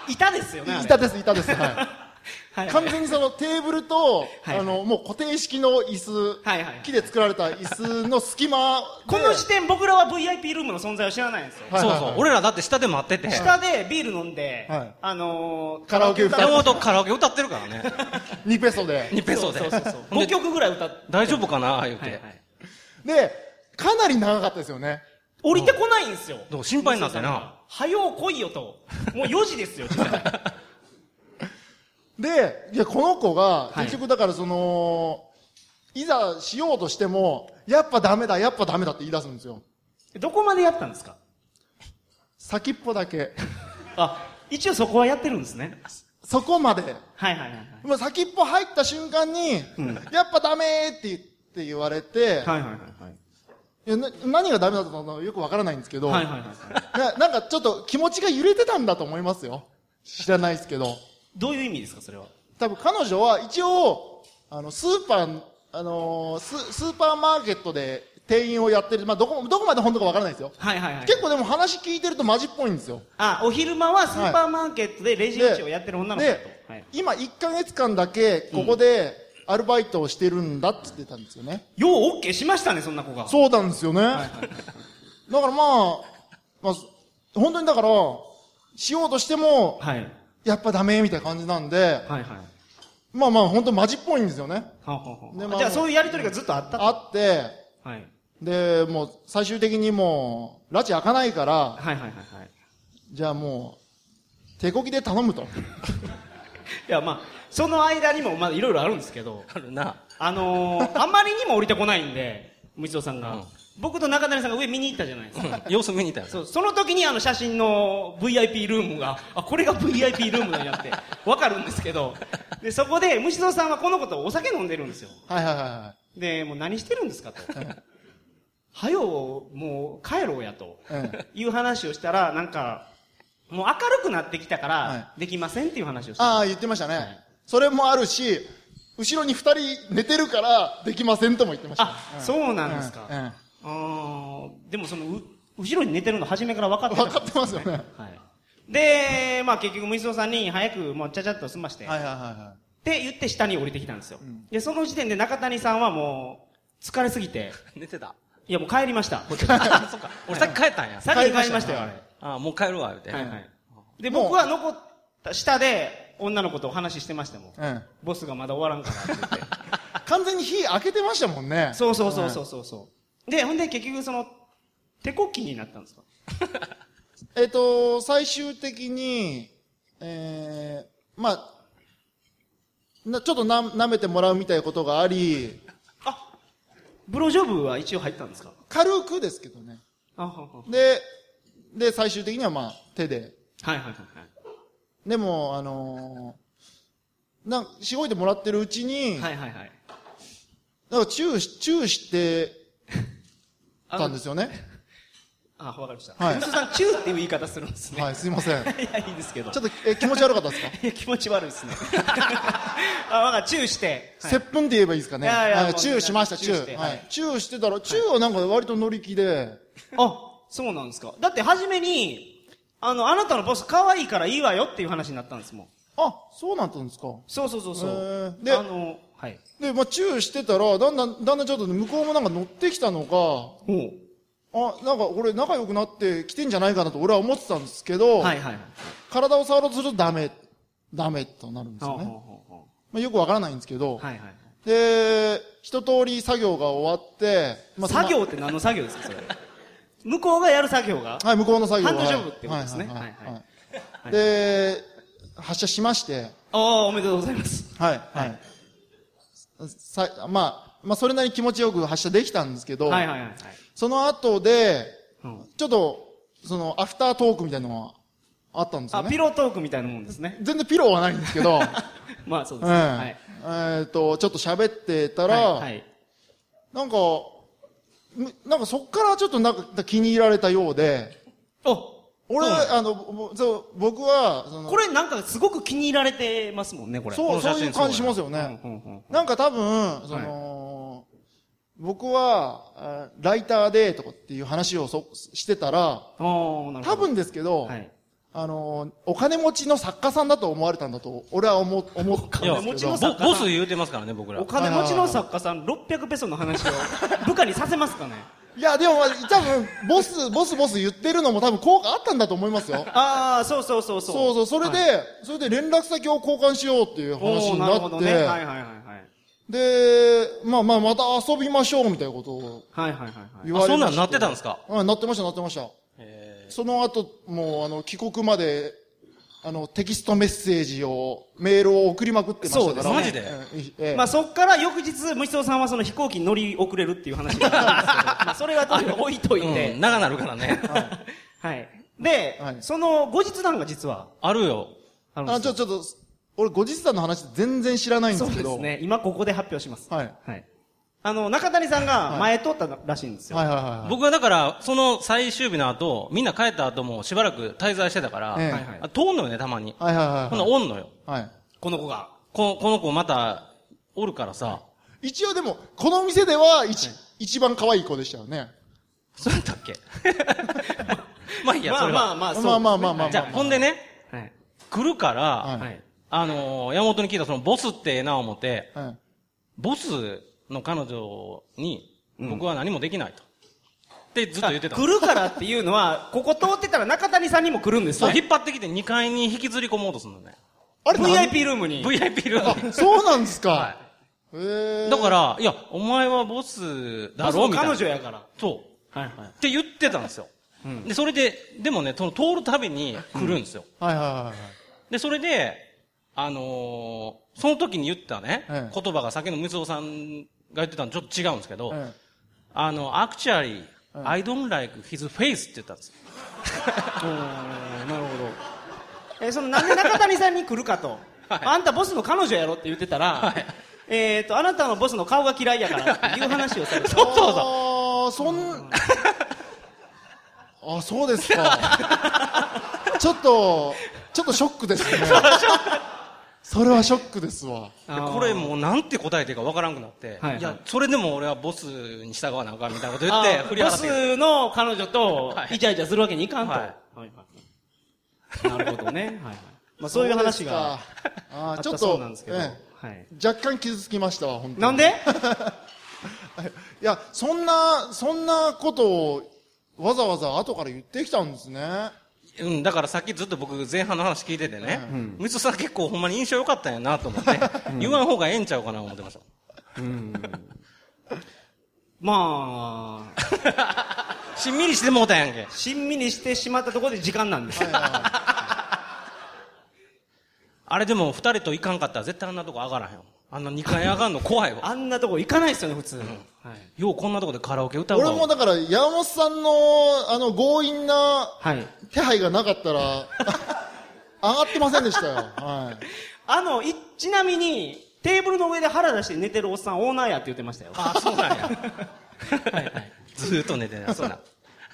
[SPEAKER 1] 板ですよね。あれ
[SPEAKER 3] 板です、板です。はい。
[SPEAKER 1] はい
[SPEAKER 3] 完全にそのテーブルと、
[SPEAKER 1] はい
[SPEAKER 3] あの、もう固定式の椅子、
[SPEAKER 1] はいはい
[SPEAKER 3] 木で作られた椅子の隙間で
[SPEAKER 1] この時点僕らは VIP ルームの存在を知らないんですよ。
[SPEAKER 3] はいはいはい
[SPEAKER 2] そうそう。俺らだって下で待ってて、
[SPEAKER 1] 下でビール飲んで、
[SPEAKER 3] はい
[SPEAKER 1] あのー、
[SPEAKER 3] カラオケ歌
[SPEAKER 1] を
[SPEAKER 2] 山本カラオケ歌ってるからね。
[SPEAKER 3] 2ペソで。
[SPEAKER 2] 2ペソで。
[SPEAKER 1] そうそうそう
[SPEAKER 2] ほんで
[SPEAKER 1] 5曲ぐらい歌って、
[SPEAKER 2] 大丈夫かな言う
[SPEAKER 1] はいは
[SPEAKER 2] て。
[SPEAKER 1] い
[SPEAKER 3] で、かなり長かったですよね。
[SPEAKER 1] 降りてこないんですよ。
[SPEAKER 2] どう心配になってな。
[SPEAKER 1] はよう来いよと。もう4時ですよ、時間
[SPEAKER 3] で、いや、この子が、
[SPEAKER 1] い
[SPEAKER 3] 結局だからその、いざしようとしても、やっぱダメだ、やっぱダメだって言い出すんですよ。
[SPEAKER 1] どこまでやったんですか
[SPEAKER 3] 先っぽだけ。
[SPEAKER 1] あ、一応そこはやってるんですね。
[SPEAKER 3] そこまで。
[SPEAKER 1] はいはいはいはい。
[SPEAKER 3] まあ先っぽ入った瞬間に、やっぱダメーって言って言われて、
[SPEAKER 1] はいはいはいはい。
[SPEAKER 3] いやな何がダメだったのかよくわからないんですけど、
[SPEAKER 1] はいはいはいはい。
[SPEAKER 3] ななんかちょっと気持ちが揺れてたんだと思いますよ。知らないですけど。
[SPEAKER 1] どういう意味ですか、それは。
[SPEAKER 3] 多分彼女は一応、あの、スーパー、あのース、スーパーマーケットで店員をやってる。まあ、どこ、どこまで本当かわからないですよ。
[SPEAKER 1] はいはいはい。
[SPEAKER 3] 結構でも話聞いてるとマジっぽいんですよ。
[SPEAKER 1] あ、お昼間はスーパーマーケットでレジ打ちをやってる女の子だと
[SPEAKER 3] で。、
[SPEAKER 1] はい
[SPEAKER 3] 今1ヶ月間だけここでアルバイトをしてるんだって言ってたんですよね。
[SPEAKER 1] ようオッケーしましたね、そんな子が。
[SPEAKER 3] そうなんですよね。だからまあ、まあ、本当にだから、しようとしても、
[SPEAKER 1] はい。はい
[SPEAKER 3] やっぱダメみたいな感じなんで、
[SPEAKER 1] はい。は
[SPEAKER 3] まあまあ本当マジっぽいんですよね。
[SPEAKER 1] あはあはあ
[SPEAKER 3] でまあ
[SPEAKER 1] じゃあそういうやりとりがずっとあったと
[SPEAKER 3] あって、
[SPEAKER 1] はい。
[SPEAKER 3] で、もう最終的にもう、拉致開かないから、
[SPEAKER 1] はいはいはいはい。
[SPEAKER 3] じゃあもう、手こぎで頼むと。
[SPEAKER 1] いやまあ、その間にもまあいろいろあるんですけど、
[SPEAKER 2] あるな。
[SPEAKER 1] あのー、あまりにも降りてこないんで、無一郎さんが、
[SPEAKER 2] うん
[SPEAKER 1] 僕と中谷さんが上見に行ったじゃないですか。
[SPEAKER 2] 様子見に行ったよ。
[SPEAKER 1] そうその時にあの写真の VIP ルームが、あ、これが VIP ルームなんやって、わかるんですけど、で、そこで、虫蔵さんはこの子とお酒飲んでるんですよ。
[SPEAKER 3] はいはいはいはい。
[SPEAKER 1] で、もう何してるんですかと。はよ、もう帰ろうやと。
[SPEAKER 3] うん
[SPEAKER 1] いう話をしたら、なんか、もう明るくなってきたから、
[SPEAKER 3] は
[SPEAKER 1] できませんっていう話をした。
[SPEAKER 3] ああ、言ってましたね。それもあるし、後ろに二人寝てるから、できませんとも言ってましたね。
[SPEAKER 1] あそうなんですか
[SPEAKER 3] うんうん
[SPEAKER 1] あーでもそのう、後ろに寝てるの初めから分かってた
[SPEAKER 3] 分かってますよね。
[SPEAKER 1] はい。で、まあ結局、無双さんに早くもうちゃちゃっと済まして、
[SPEAKER 3] はい
[SPEAKER 1] っ
[SPEAKER 3] はいはいはい。
[SPEAKER 1] て言って下に降りてきたんですよ。で、その時点で中谷さんはもう、疲れすぎ [laughs] て、
[SPEAKER 2] 寝てた。
[SPEAKER 1] いやもう [laughs] 帰りました。
[SPEAKER 2] あ、そっか。俺さっき帰ったんや。
[SPEAKER 1] 先に帰りましたよ、あ
[SPEAKER 3] 帰
[SPEAKER 1] れ
[SPEAKER 3] り。
[SPEAKER 2] あ、もう帰るわ、言うて。
[SPEAKER 1] はいはい。で、
[SPEAKER 3] もう
[SPEAKER 1] 僕は残った下で、女の子とお話ししてましたもん。
[SPEAKER 3] うん
[SPEAKER 1] ボスがまだ終わらんからって言って。 [laughs]
[SPEAKER 3] 完全に火開けてましたもんね。
[SPEAKER 1] そうそうそうそうそうそう。で、ほんで結局その、手こきになったんですか
[SPEAKER 3] えっ、と、最終的に、えー、まあ、なちょっとな、舐めてもらうみたいなことがあり、
[SPEAKER 1] あ、ブロジョブは一応入ったんですか
[SPEAKER 3] 軽くですけどね。
[SPEAKER 1] あははは
[SPEAKER 3] で、で、最終的にはまあ、手で。
[SPEAKER 1] はいはいはいはい。
[SPEAKER 3] でも、あのー、なんしごいてもらってるうちに、
[SPEAKER 1] はいはいはい。
[SPEAKER 3] なんかチューし、チューして
[SPEAKER 1] あ
[SPEAKER 3] たんですよね。
[SPEAKER 1] あ、わかりました。
[SPEAKER 3] は
[SPEAKER 1] はいい。さん、チューっていう言い方するんですね。
[SPEAKER 3] はい、すいません。ちょ
[SPEAKER 1] [laughs] い。や、いいんですけど。
[SPEAKER 3] っと、え、気持ち悪かったですか、
[SPEAKER 1] いや、気持ち悪いですね。 [laughs] あ、わかったチューして。はい
[SPEAKER 3] 接吻って言えばいいですか
[SPEAKER 1] い
[SPEAKER 3] ね。
[SPEAKER 1] やいや
[SPEAKER 3] は
[SPEAKER 1] もう
[SPEAKER 3] チューしました、チ
[SPEAKER 1] チュー
[SPEAKER 3] ュ
[SPEAKER 1] して
[SPEAKER 3] ー。
[SPEAKER 1] はい
[SPEAKER 3] はいチューしてたら、チューはなんか割と乗り気で、
[SPEAKER 1] あ、そうなんですか。だって、初めに、あの、あなたのボス可愛いからいいわよっていう話になったんですもん。
[SPEAKER 3] あ、そうなったんですか。
[SPEAKER 1] そうそうそうそ
[SPEAKER 3] へ
[SPEAKER 1] う
[SPEAKER 3] ー。で
[SPEAKER 1] で、あの、はい。
[SPEAKER 3] で、まあ、チューしてたら、だんだん、だんだんちょっとね向こうもなんか乗ってきたのか、
[SPEAKER 1] ほう。
[SPEAKER 3] あ、なんか俺仲良くなってきてんじゃないかなと俺は思ってたんですけど、
[SPEAKER 1] はいはいはい。
[SPEAKER 3] 体を触ろうとするとダメ、ダメとなるんです
[SPEAKER 1] ほ
[SPEAKER 3] よ
[SPEAKER 1] うほう
[SPEAKER 3] ね。
[SPEAKER 1] ほうほ
[SPEAKER 3] まあ、よくわからないんですけ
[SPEAKER 1] う
[SPEAKER 3] ど、
[SPEAKER 1] はいはいはい。
[SPEAKER 3] で、一通り作業が終わって、まあ
[SPEAKER 1] 作業って何の作業ですか、それ。向こうがやる作業が
[SPEAKER 3] はい、向こうの作業
[SPEAKER 1] ハンドジョブ
[SPEAKER 3] はい
[SPEAKER 1] ってことですね
[SPEAKER 3] はいはい
[SPEAKER 1] はいは
[SPEAKER 3] はいで、発射しまして、
[SPEAKER 1] ああ、おめでとうございます。
[SPEAKER 3] はい、はい。さ、まあ、まあ、それなりに気持ちよく発射できたんですけど、
[SPEAKER 1] はいはいはいはい。
[SPEAKER 3] その後で、
[SPEAKER 1] うん
[SPEAKER 3] ちょっと、その、アフタートークみたいなのがあったんですよ
[SPEAKER 1] あ、
[SPEAKER 3] ね。
[SPEAKER 1] ピロートークみたいなもんですね。
[SPEAKER 3] 全然ピローはないんです
[SPEAKER 1] [laughs]
[SPEAKER 3] けど、
[SPEAKER 1] まあそう
[SPEAKER 3] う
[SPEAKER 1] で
[SPEAKER 3] ん。
[SPEAKER 1] すね。はい。
[SPEAKER 3] えっと、ちょっと喋ってたら、
[SPEAKER 1] はいはい。
[SPEAKER 3] なんか、むなんかそっからちょっとなんか気に入られたようで、
[SPEAKER 1] お
[SPEAKER 3] 俺、あの、ぼそう僕は、その
[SPEAKER 1] これなんかすごく気に入られてますもんね、これ。
[SPEAKER 3] そう、
[SPEAKER 2] この写
[SPEAKER 3] そういう
[SPEAKER 2] 真
[SPEAKER 3] 感じしますよ
[SPEAKER 1] うんう
[SPEAKER 3] ね。
[SPEAKER 1] んうん
[SPEAKER 3] なんか多分、その、僕は、あライターでとかっていう話をそしてたら、
[SPEAKER 1] ああ、なるほど。
[SPEAKER 3] 多分ですけど、
[SPEAKER 1] はい。
[SPEAKER 3] あの、お金持ちの作家さんだと思われたんだと、俺は思、思ったん
[SPEAKER 2] いや
[SPEAKER 3] ですけ
[SPEAKER 1] 持ちの
[SPEAKER 3] ど。
[SPEAKER 1] 作家さ
[SPEAKER 2] ぼ
[SPEAKER 1] ん
[SPEAKER 2] ボス言うてますからね、僕ら
[SPEAKER 1] お。金持ちの作家さん600ペソの話を部下にさせますかね
[SPEAKER 3] いや、でも、多分、ボス、ボス、ボス言ってるのも多分効果あったんだと思いますよ。
[SPEAKER 1] ああ、そうそうそうそう。
[SPEAKER 3] そうそう、それで、
[SPEAKER 1] はい
[SPEAKER 3] それで連絡先を交換しようっていう話
[SPEAKER 1] おー
[SPEAKER 3] に
[SPEAKER 1] なる
[SPEAKER 3] な
[SPEAKER 1] ほ
[SPEAKER 3] っ
[SPEAKER 1] ど
[SPEAKER 3] て、
[SPEAKER 1] ね。はいはいはいはい。
[SPEAKER 3] で、まあまあ、また遊びましょうみたいなことを
[SPEAKER 1] はいはいはいはい。
[SPEAKER 3] 言
[SPEAKER 2] あ
[SPEAKER 3] われまして
[SPEAKER 2] そんなんなってたんですか
[SPEAKER 3] うん、なってました、なってました。その後、もう、あの、帰国まで、あの、テキストメッセージを、メールを送りまくってましたから。
[SPEAKER 2] そうですね
[SPEAKER 3] うんいええ
[SPEAKER 1] まあそっから翌日、虫蔵さんはその飛行機に乗り遅れるっていう話が [laughs] あったんですけど、まあそれはとにかく置いとい
[SPEAKER 2] うん、
[SPEAKER 1] て。
[SPEAKER 2] 長なるからね。
[SPEAKER 1] はい。で
[SPEAKER 3] は、い
[SPEAKER 1] その後日談が実は
[SPEAKER 2] あるよ。
[SPEAKER 1] あるん
[SPEAKER 3] あ
[SPEAKER 1] です
[SPEAKER 3] ちょ、
[SPEAKER 1] よ。
[SPEAKER 3] ちょっと、俺、後日談の話全然知らないんで
[SPEAKER 1] そう
[SPEAKER 3] す
[SPEAKER 1] で
[SPEAKER 3] けど。
[SPEAKER 1] すね。今ここで発表します。
[SPEAKER 3] はい。
[SPEAKER 1] はい。あの、中谷さんが前通ったらしいんですよ。
[SPEAKER 3] はいはいはいはい。
[SPEAKER 2] 僕はだから、その最終日の後、みんな帰った後もしばらく滞在してたから、
[SPEAKER 3] ええ
[SPEAKER 1] はいはい
[SPEAKER 2] あ通んのよね、たまに。
[SPEAKER 3] はいはいはい
[SPEAKER 2] ほんな
[SPEAKER 3] は
[SPEAKER 2] らおんのよ。
[SPEAKER 3] い。はい。
[SPEAKER 1] この子が。
[SPEAKER 2] ここの子また、おるからさ。
[SPEAKER 3] 一応でも、この店では、一、一番可愛い子でしたよね。
[SPEAKER 2] そうやったっけ [laughs] まあいいや、
[SPEAKER 1] ま
[SPEAKER 2] そ
[SPEAKER 1] あ
[SPEAKER 2] れ
[SPEAKER 1] まあ
[SPEAKER 2] は。
[SPEAKER 1] まあ、そうですね
[SPEAKER 3] まあまあまあまあ
[SPEAKER 2] じゃあ、ほんでね、
[SPEAKER 1] はい。
[SPEAKER 2] 来るから、
[SPEAKER 3] はい
[SPEAKER 1] はい。
[SPEAKER 2] あのー山本に聞いたそのボスってええな思って、
[SPEAKER 3] はい。
[SPEAKER 2] ボスの彼女に、僕は何もできないと。ってずっと言ってたの
[SPEAKER 1] 来。るからっていうのは、ここ通ってたら中谷さんにも来るんです
[SPEAKER 2] そ
[SPEAKER 1] よ
[SPEAKER 2] う、。引っ張ってきて2階に引きずり込もうとするのね。
[SPEAKER 3] あれ
[SPEAKER 1] VIP ルームに。
[SPEAKER 2] VIP ルームに
[SPEAKER 3] あ、そうなんですか。
[SPEAKER 2] は
[SPEAKER 3] へえ。
[SPEAKER 2] だから、いや、お前はボスだ
[SPEAKER 1] あ
[SPEAKER 2] ろ
[SPEAKER 1] そう
[SPEAKER 2] みたいな。
[SPEAKER 1] 彼女やから。
[SPEAKER 2] そう。
[SPEAKER 1] はいはい。
[SPEAKER 2] って言ってたんですよ。で、それで、でもね、その通るたびに来るんですよ。
[SPEAKER 3] はいはいはいはい。
[SPEAKER 2] で、それで、あのーその時に言ったね、
[SPEAKER 3] ええ
[SPEAKER 2] 言葉が先の光雄さんが言ってたのちょっと違うんですけど、
[SPEAKER 3] え
[SPEAKER 2] あの、actually, I don't like his face って言ったんですよ。
[SPEAKER 1] なるほど。 [laughs] えーそのなんで中谷さんに来るかと。あんたボスの彼女やろって言ってたら、えっと、あなたのボスの顔が嫌いやからっていう話をされ [laughs] た。
[SPEAKER 2] そうそうそう。
[SPEAKER 3] あーそん、あ、そうですか。
[SPEAKER 1] [laughs]
[SPEAKER 3] ちょっと、ちょっとショックですね。それはショックですわ。
[SPEAKER 2] でこれもうなんて答えていいかわからんくなって、
[SPEAKER 1] はい
[SPEAKER 2] い
[SPEAKER 1] はい
[SPEAKER 2] や、それでも俺はボスに従わなあかんみたいなこと言
[SPEAKER 1] あ
[SPEAKER 2] って、
[SPEAKER 1] ー
[SPEAKER 2] 振り
[SPEAKER 1] ボ
[SPEAKER 2] 払ってきて。
[SPEAKER 1] スの彼女と
[SPEAKER 2] はい
[SPEAKER 1] イチャイチャするわけにいかんと。
[SPEAKER 2] はい
[SPEAKER 1] はいはいなるほど [laughs] ね。はいはいまあそういう話が
[SPEAKER 3] そうですか。あ
[SPEAKER 1] あ
[SPEAKER 3] ー
[SPEAKER 1] っ
[SPEAKER 3] ちょ
[SPEAKER 1] た
[SPEAKER 3] っ
[SPEAKER 1] そ
[SPEAKER 3] と
[SPEAKER 1] うなんですけど。
[SPEAKER 3] え
[SPEAKER 1] はい。
[SPEAKER 3] え若干傷つきましたわ、本当に。
[SPEAKER 1] なんで
[SPEAKER 3] いや、そんな、そんなことを、わざわざ後から言ってきたんですね。
[SPEAKER 2] うん、だからさっきずっと僕前半の話聞いててね、
[SPEAKER 3] う
[SPEAKER 2] 光雄さん結構ほんまに印象良かったんやなと思って、言わん方がええんちゃうかな思ってました。
[SPEAKER 1] まあ、
[SPEAKER 2] しんみりしてもうたやんけ。
[SPEAKER 1] しんみりしてしまったところで時間なんですよ。
[SPEAKER 2] あれでも二人と行かんかったら絶対あんなとこ上がらへんわ。あんな二階上がんの怖いわ。
[SPEAKER 1] あんなとこ行かないですよね、普通。はい。
[SPEAKER 2] ようこんなとこでカラオケ歌うわ。
[SPEAKER 3] 俺もだから、山本さんの、あの、強引な
[SPEAKER 1] はい。
[SPEAKER 3] 手配がなかった
[SPEAKER 1] [laughs]
[SPEAKER 3] ら、上がってませんでしたよ。はい。
[SPEAKER 1] あの、い、ちなみに、テーブルの上で腹出して寝てるおっさんオーナーやって言ってましたよ。
[SPEAKER 2] あ、そうなんや。はいはい。ずーっと寝てない。そうなん。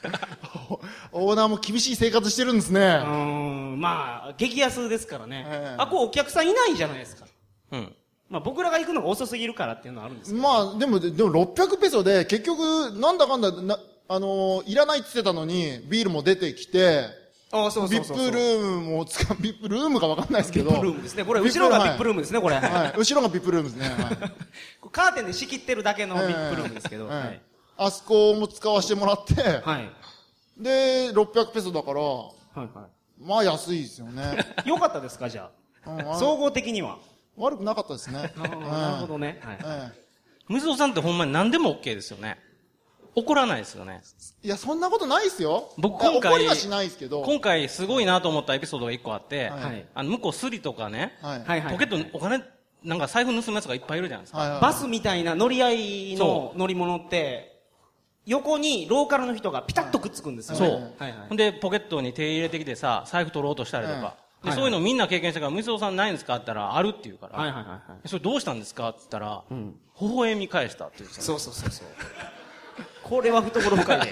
[SPEAKER 3] [laughs] オーナーも厳しい生活してるんですね。
[SPEAKER 1] うーん、まあ、激安ですからね。
[SPEAKER 3] ええ
[SPEAKER 1] あ、こうお客さんいないじゃないですか。
[SPEAKER 2] うん。
[SPEAKER 1] まあ僕らが行くのが遅すぎるからっていうのはあるんですけ
[SPEAKER 3] まあ、でも、ででも600ペソで、結局、なんだかんだ、な、あのーいらないって言ってたのに、ビールも出てきて、
[SPEAKER 1] ど。あ、そう
[SPEAKER 3] ビ
[SPEAKER 1] そうそ
[SPEAKER 3] ップ
[SPEAKER 1] う
[SPEAKER 3] ルームもつか、 [laughs] ビップルームかわかんないですけど。
[SPEAKER 1] ビップルームですね。これ、後ろがビップルーム
[SPEAKER 3] ム。
[SPEAKER 1] ですね、これ。
[SPEAKER 3] はいはい。後ろがビップルームですね。
[SPEAKER 1] [laughs]
[SPEAKER 3] はい
[SPEAKER 1] カーテンで仕切ってるだけのビップルームですけど。
[SPEAKER 3] ええ
[SPEAKER 1] はい。
[SPEAKER 3] あそこも使わせてもらって、
[SPEAKER 1] はい。
[SPEAKER 3] で、600ペソだから、
[SPEAKER 1] はいは
[SPEAKER 3] まあ安いですよね。
[SPEAKER 1] [laughs] い。よかったですか、じゃ
[SPEAKER 3] うん
[SPEAKER 1] あ。
[SPEAKER 3] あ
[SPEAKER 1] 総合的には。
[SPEAKER 3] 悪くなかったですね。
[SPEAKER 1] [laughs] あーなるほどね。はい
[SPEAKER 3] うん。ええ
[SPEAKER 2] 水尾さんってほんまに何でも OK ですよね。怒らないですよね。
[SPEAKER 3] いや、そんなことないですよ。
[SPEAKER 2] 僕
[SPEAKER 3] いや
[SPEAKER 2] 今回
[SPEAKER 3] 怒りはしないですけど。
[SPEAKER 2] 今回すごいなと思ったエピソードが一個あって、
[SPEAKER 1] はい
[SPEAKER 2] あの、向こうスリとかね、
[SPEAKER 3] はい。
[SPEAKER 1] は
[SPEAKER 3] はい。
[SPEAKER 1] いはい。
[SPEAKER 2] ポケットにお金、なんか財布盗むやつがいっぱいいるじゃないですか。
[SPEAKER 3] はい。
[SPEAKER 1] バスみたいな乗り合いの
[SPEAKER 2] そ
[SPEAKER 1] 乗り物って、横にローカルの人がピタッとくっつくんですよ、ね。
[SPEAKER 2] そう。
[SPEAKER 1] はいはい
[SPEAKER 2] ほん。で、ポケットに手入れてきてさ、財布取ろうとしたりとか。
[SPEAKER 1] うんはいはい
[SPEAKER 2] でそういうのみんな経験したから、水尾さんないんですかって言ったら、あるって言うから。
[SPEAKER 1] はいはいはいはい。
[SPEAKER 2] それどうしたんですかって言ったら、微笑み返したって言ってたの
[SPEAKER 1] そうそうそうそう。これ [laughs] は懐深いね。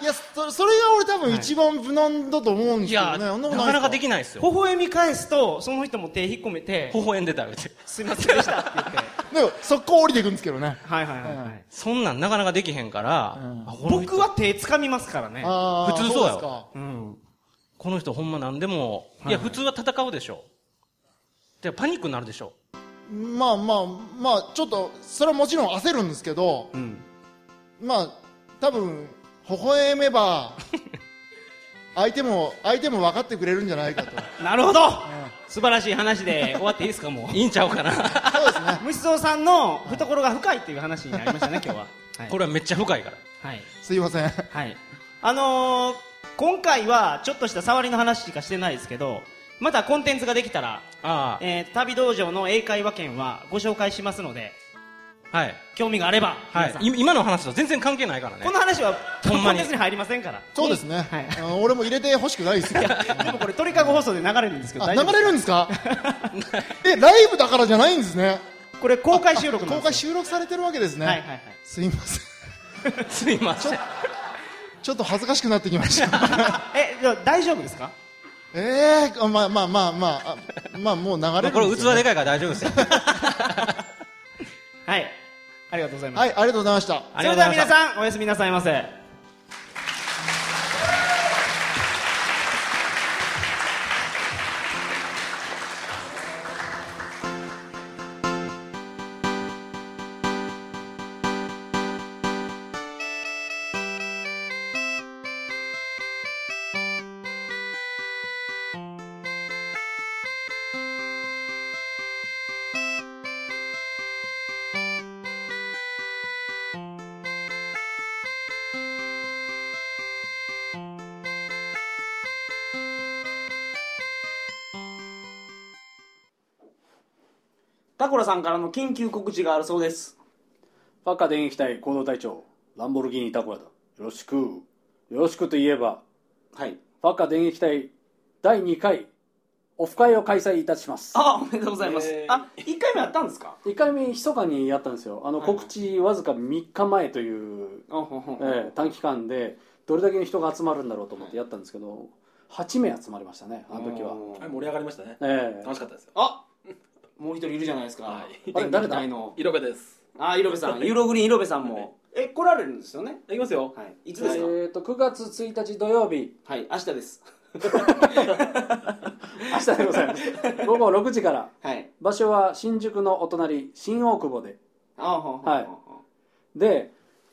[SPEAKER 3] いや、そそれが俺多分一番無難だと思うんです
[SPEAKER 2] い
[SPEAKER 3] けど
[SPEAKER 2] や、
[SPEAKER 3] ね。そん
[SPEAKER 2] な
[SPEAKER 3] こと
[SPEAKER 2] かなかで
[SPEAKER 3] い
[SPEAKER 2] きないですよ。
[SPEAKER 1] 微笑み返すと、その人も手引っ込めて
[SPEAKER 2] 微、笑んでたよって。
[SPEAKER 1] すいませんでしたって言 [laughs] って。
[SPEAKER 3] すかでも、速攻降りていくんですけどね。
[SPEAKER 1] はいはいはいはい。
[SPEAKER 2] そんなんなかなかできへんから、
[SPEAKER 3] うん
[SPEAKER 2] あこの人
[SPEAKER 1] 僕は手掴みますからね。
[SPEAKER 3] あー
[SPEAKER 2] 普通そうやわ
[SPEAKER 3] ですか
[SPEAKER 1] うん。
[SPEAKER 2] この人ほんま何でも、いや、普通は戦うでしょ。で、パニックになるでしょ。
[SPEAKER 3] まあまあまあちょっとそれはもちろん焦るんですけど
[SPEAKER 1] うん。
[SPEAKER 3] まあ多分微笑めば相手も相手も分かってくれるんじゃないかと
[SPEAKER 1] なるほど素晴らしい話で終わっていいですか、 [laughs] もう。
[SPEAKER 2] いいんちゃうかな。
[SPEAKER 3] そうですね
[SPEAKER 1] 虫蔵さんの懐が深いっていう話になりましたね、今日は。はい。
[SPEAKER 2] これはめっちゃ深いから。
[SPEAKER 1] はい。
[SPEAKER 3] すいません
[SPEAKER 1] はい。あのー、今回はちょっとした触りの話しかしてないですけど、またコンテンツができたら、
[SPEAKER 2] あ
[SPEAKER 1] えー、旅道場の英会話券はご紹介しますので、
[SPEAKER 2] あ、はい。
[SPEAKER 1] 興味があれば、
[SPEAKER 2] は
[SPEAKER 1] 皆さん
[SPEAKER 2] い。い今の話と全然関係ないからね
[SPEAKER 1] こ。の話は、
[SPEAKER 2] ほん
[SPEAKER 1] コ
[SPEAKER 2] ま
[SPEAKER 1] ン
[SPEAKER 2] に
[SPEAKER 1] テンツに入りませんから。
[SPEAKER 3] そうですね、
[SPEAKER 1] はい
[SPEAKER 3] あの俺も入れてほしくないですよ
[SPEAKER 1] でもこれ、鳥かご放送で流れるんですけど、
[SPEAKER 3] あ
[SPEAKER 1] 大
[SPEAKER 3] 流
[SPEAKER 1] 丈夫
[SPEAKER 3] れるんですかえライブだからじゃないんですね
[SPEAKER 1] [laughs] これ公開収録なん
[SPEAKER 3] 公
[SPEAKER 1] ですよ。
[SPEAKER 3] 開収録されてるわけですね、
[SPEAKER 1] はいはいはい。
[SPEAKER 3] すいません
[SPEAKER 2] すいません。
[SPEAKER 3] ちょっと恥ずかしくなってきました
[SPEAKER 1] [laughs] え、じゃあ大丈夫ですか
[SPEAKER 3] ええー、まあまあまあまああまあもう流れ
[SPEAKER 2] ま
[SPEAKER 3] る
[SPEAKER 2] あ
[SPEAKER 3] ん
[SPEAKER 2] これ器
[SPEAKER 3] ですよ
[SPEAKER 2] で
[SPEAKER 3] ね
[SPEAKER 2] かいから大丈夫ですよ。
[SPEAKER 1] はい。ありがとうございます。
[SPEAKER 3] はいありがとうございました
[SPEAKER 2] あ
[SPEAKER 1] そ
[SPEAKER 2] り
[SPEAKER 1] れ
[SPEAKER 2] が
[SPEAKER 1] で
[SPEAKER 2] とう
[SPEAKER 1] は
[SPEAKER 2] ござい
[SPEAKER 1] 皆
[SPEAKER 2] ました
[SPEAKER 1] さん、おやすみなさいませ。タコラさんからの緊急告知があるそうです。
[SPEAKER 4] パッカ電撃隊行動隊長、ランボルギーニタコヤだ。よろしく。よろしくといえば、
[SPEAKER 1] はい。
[SPEAKER 4] パッカ電撃隊第2回、オフ会を開催いたします。
[SPEAKER 1] あ、おめでとうございます。
[SPEAKER 4] えー
[SPEAKER 1] あ、一回目あったんですか
[SPEAKER 4] 1回目、密かにやったんですよ。あの、
[SPEAKER 1] はいはい
[SPEAKER 4] 告知わずか3日前という、
[SPEAKER 1] あ、ほんほん
[SPEAKER 4] えー短期間で、どれだけの人が集まるんだろうと思ってやったんですけど、8名集まりましたね、あの時は。
[SPEAKER 1] おー
[SPEAKER 5] はい、盛り上がりましたね。
[SPEAKER 4] え
[SPEAKER 5] 楽しかったですよ。
[SPEAKER 1] あ、もう一人いるじゃないですか。
[SPEAKER 5] はい
[SPEAKER 4] あれ
[SPEAKER 1] 電気
[SPEAKER 4] 誰だ
[SPEAKER 1] 隊の。
[SPEAKER 5] 色部です。
[SPEAKER 1] あ、色部さ [laughs] ん。ユーログリーン色部さんも。え、来られるんですよね。
[SPEAKER 5] いきますよ。
[SPEAKER 1] はい。いつ
[SPEAKER 4] ー
[SPEAKER 1] ですか
[SPEAKER 4] えーと9月1日土曜日
[SPEAKER 1] はい、明日です。
[SPEAKER 4] 明日でございます
[SPEAKER 1] [laughs]
[SPEAKER 4] 午後6時から
[SPEAKER 1] はい。
[SPEAKER 4] 場所は新宿のお隣新大久保で
[SPEAKER 1] あ、ほんほんほんほん。
[SPEAKER 4] はいで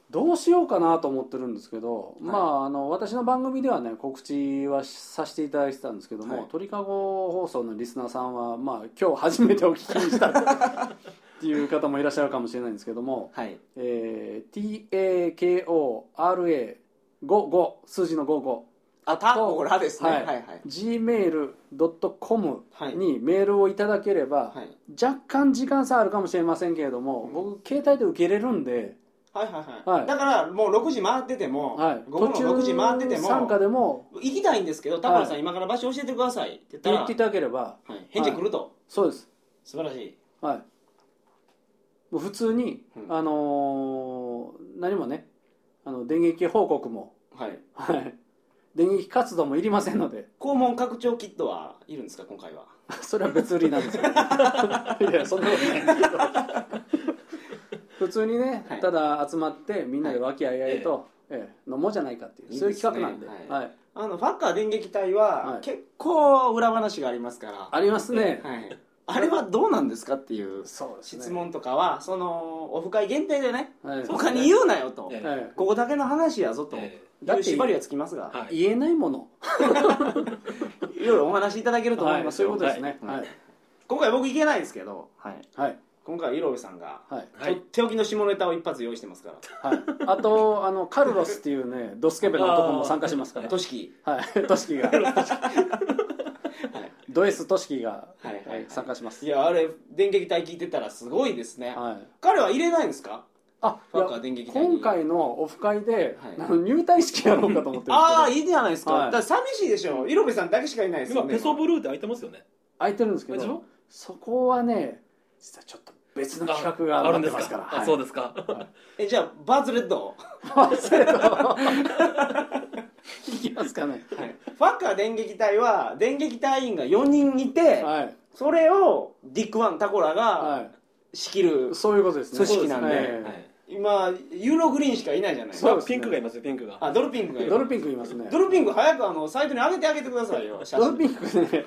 [SPEAKER 4] どうしようかなと思ってるんですけど、
[SPEAKER 1] い
[SPEAKER 4] まああの私の番組ではね告知はさせていただいてたんですけども、
[SPEAKER 1] はい
[SPEAKER 4] 鳥かご放送のリスナーさんは、まあ、今日初めてお聞きにした
[SPEAKER 1] [laughs]
[SPEAKER 4] っていう方もいらっしゃるかもしれないんですけども、
[SPEAKER 1] はい。
[SPEAKER 4] えー、TAKORA55 数字の55
[SPEAKER 1] あ、タコラですね。は
[SPEAKER 4] はいい
[SPEAKER 1] はい。
[SPEAKER 4] gmail.com
[SPEAKER 1] はい
[SPEAKER 4] にメールをいただければ、
[SPEAKER 1] はい。
[SPEAKER 4] 若干時間差あるかもしれませんけれども、僕携帯で受けれるんで、
[SPEAKER 1] はいはいは。
[SPEAKER 4] はいい
[SPEAKER 1] だから、もう6時回ってても、
[SPEAKER 4] はい、
[SPEAKER 1] 午後の6時回ってても、
[SPEAKER 4] 参加
[SPEAKER 1] 行
[SPEAKER 4] でも
[SPEAKER 1] きたいんですけど、タコラさ
[SPEAKER 4] は
[SPEAKER 1] ん今から場所教えてくださいって言ったら、
[SPEAKER 4] 言っていただければ
[SPEAKER 1] はい、返事来ると。
[SPEAKER 4] そうです
[SPEAKER 1] 素晴らしい。
[SPEAKER 4] はいもう普通に、
[SPEAKER 1] うん
[SPEAKER 4] あのー何もねあの電撃報告も、
[SPEAKER 1] はい。
[SPEAKER 4] はい、電撃活動もいりませんので [laughs]
[SPEAKER 1] 肛門拡張キットはいるんですか、今回は。
[SPEAKER 4] それは別売りなん
[SPEAKER 1] [laughs]
[SPEAKER 4] ですよいやそんなことないんですけど普通にね、
[SPEAKER 1] はい
[SPEAKER 4] ただ集まってみんなで和気あいあいと、ええ飲もうじゃないかっていうそういう企画なんで
[SPEAKER 1] いいですねは
[SPEAKER 4] はいい
[SPEAKER 1] あの、ファッカー電撃隊
[SPEAKER 4] は
[SPEAKER 1] はい結構裏話がありますから、
[SPEAKER 4] ありますね、
[SPEAKER 1] はい。あれはどうなんですかっていう
[SPEAKER 4] そうですね
[SPEAKER 1] 質問とかは、その、オフ会限定でね、
[SPEAKER 4] はい
[SPEAKER 1] 他に言うなよと。
[SPEAKER 5] え
[SPEAKER 4] はい
[SPEAKER 1] ここだけの話やぞと。
[SPEAKER 5] え
[SPEAKER 1] だっ
[SPEAKER 4] だってて
[SPEAKER 1] 縛りはつきますが、
[SPEAKER 5] はい。
[SPEAKER 4] 言えないもの
[SPEAKER 1] い、ろいろお話しいただけると思います
[SPEAKER 4] そういう
[SPEAKER 1] よ、
[SPEAKER 4] ことですね
[SPEAKER 1] は
[SPEAKER 4] はいい
[SPEAKER 1] 今回僕行けないですけど、はい、
[SPEAKER 4] はい
[SPEAKER 1] 今回は色部さんが、
[SPEAKER 4] はい、
[SPEAKER 5] はい
[SPEAKER 1] とっておきの下ネタを一発用意してますから
[SPEAKER 4] はい、あとあのカルロスっていうねドスケベの男も参加しますから
[SPEAKER 1] としき
[SPEAKER 4] はいトシキがド S トシキが、
[SPEAKER 1] はいはいはい
[SPEAKER 4] 参加します
[SPEAKER 1] いやあれ電撃隊聞いてたらすごいですね、
[SPEAKER 4] はい
[SPEAKER 1] 彼は入れないんですか
[SPEAKER 4] あい
[SPEAKER 1] ファッカー
[SPEAKER 4] や
[SPEAKER 1] 電撃隊に
[SPEAKER 4] 今回のオフ会で、
[SPEAKER 1] はい
[SPEAKER 4] あの入隊式やろうかと思ってるんですけど
[SPEAKER 1] ああいいじゃないですか,、
[SPEAKER 4] はい
[SPEAKER 1] だから寂しいでしょ色部さんだけしかいないですよ
[SPEAKER 5] 今
[SPEAKER 1] ね
[SPEAKER 5] ペソブルーって開いてますよね。
[SPEAKER 4] 空いてるんですけ
[SPEAKER 5] でし
[SPEAKER 4] ど
[SPEAKER 5] ょ
[SPEAKER 4] そこはね実はちょっと別の企画が
[SPEAKER 5] ある
[SPEAKER 4] 待
[SPEAKER 5] ん
[SPEAKER 4] っ
[SPEAKER 5] で
[SPEAKER 4] て
[SPEAKER 5] す
[SPEAKER 4] ますから
[SPEAKER 5] か。あ、そうですか。
[SPEAKER 1] えじゃあバーズレッド、
[SPEAKER 4] す忘れ [laughs] たいきますかね
[SPEAKER 1] ファッカー電撃隊は電撃隊員が4人いて、
[SPEAKER 4] はい、
[SPEAKER 1] それをディック・ワン・タコラが
[SPEAKER 4] は
[SPEAKER 1] 仕切る、
[SPEAKER 4] い、そういうことですね
[SPEAKER 1] 組織なんで
[SPEAKER 4] ええ
[SPEAKER 5] はい
[SPEAKER 1] 今、ユーログリーンしかいないじゃないです
[SPEAKER 4] そう
[SPEAKER 1] か。
[SPEAKER 4] ですね
[SPEAKER 5] ピンクがいますよ、ピンクが。
[SPEAKER 1] あ、ドルピンクがいる
[SPEAKER 4] ドルピンクいますね
[SPEAKER 1] ドルピンク早くあの、サイトに上げてあげてくださいよ。写
[SPEAKER 4] ドル
[SPEAKER 1] 真。
[SPEAKER 4] ピンクね、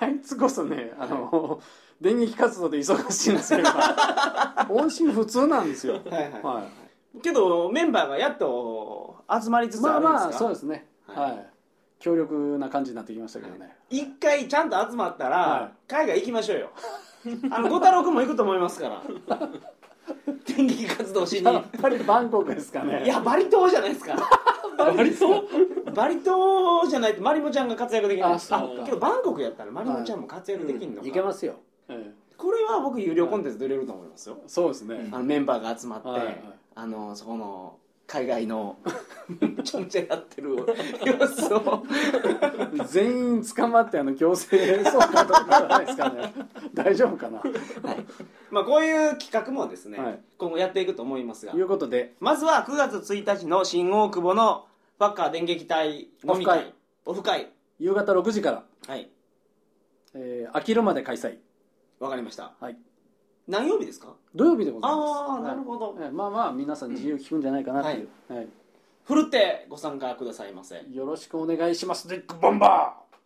[SPEAKER 4] あいつこそね、あの、電撃活動で忙しいんですけど、
[SPEAKER 1] [laughs]
[SPEAKER 4] 音信不通なんですよ。
[SPEAKER 1] はいはい
[SPEAKER 4] は
[SPEAKER 1] けど、メンバーがやっと集まりつ
[SPEAKER 4] い、
[SPEAKER 1] つ
[SPEAKER 4] ま
[SPEAKER 1] あ
[SPEAKER 4] あ
[SPEAKER 1] るんですか
[SPEAKER 4] まあ、そうですね。
[SPEAKER 1] は
[SPEAKER 4] はいい。強力な感じになってきましたけどね。
[SPEAKER 1] 一回ちゃんと集まったら、
[SPEAKER 4] は
[SPEAKER 1] 海外行きましょうよあの五太郎君も行くと思いますから天気活動しに
[SPEAKER 4] やっぱりバンコクですかね。
[SPEAKER 1] いやバリ島じゃないですか
[SPEAKER 5] 割と
[SPEAKER 1] バリ島じゃないとマリモちゃんが活躍できない
[SPEAKER 4] あそうか
[SPEAKER 1] けどバンコクやったらマリモちゃんも活躍できるのか、
[SPEAKER 4] いけますよ。 [laughs] え
[SPEAKER 1] これは僕有料コンテンツで売れると思いますよ
[SPEAKER 4] え、そうですね。
[SPEAKER 1] あのメンバーが集まって、
[SPEAKER 4] はいはい
[SPEAKER 1] あのそこの海外のめちゃめちゃやってる様子
[SPEAKER 4] [laughs]
[SPEAKER 1] を
[SPEAKER 4] 全員捕まって、あの、強制送還とかじゃないですかね。大丈夫かな。
[SPEAKER 1] [laughs] まあこういう企画もですね、
[SPEAKER 4] はい
[SPEAKER 1] 今後やっていくと思いますが
[SPEAKER 4] ということで、
[SPEAKER 1] まずは9月1日の新大久保のファッカー電撃隊飲み会オフ会
[SPEAKER 4] 夕方6時から、
[SPEAKER 1] はい
[SPEAKER 4] えー、飽きるまで開催。
[SPEAKER 1] わかりました
[SPEAKER 4] はい。
[SPEAKER 1] 何曜日ですか
[SPEAKER 4] 土曜日でございます。
[SPEAKER 1] ああなるほど、
[SPEAKER 4] えーまあまあ皆さん自由聞くんじゃないかなっていう、はい
[SPEAKER 1] ふるってご参加くださいませ
[SPEAKER 4] よろしくお願いしますデックボンバー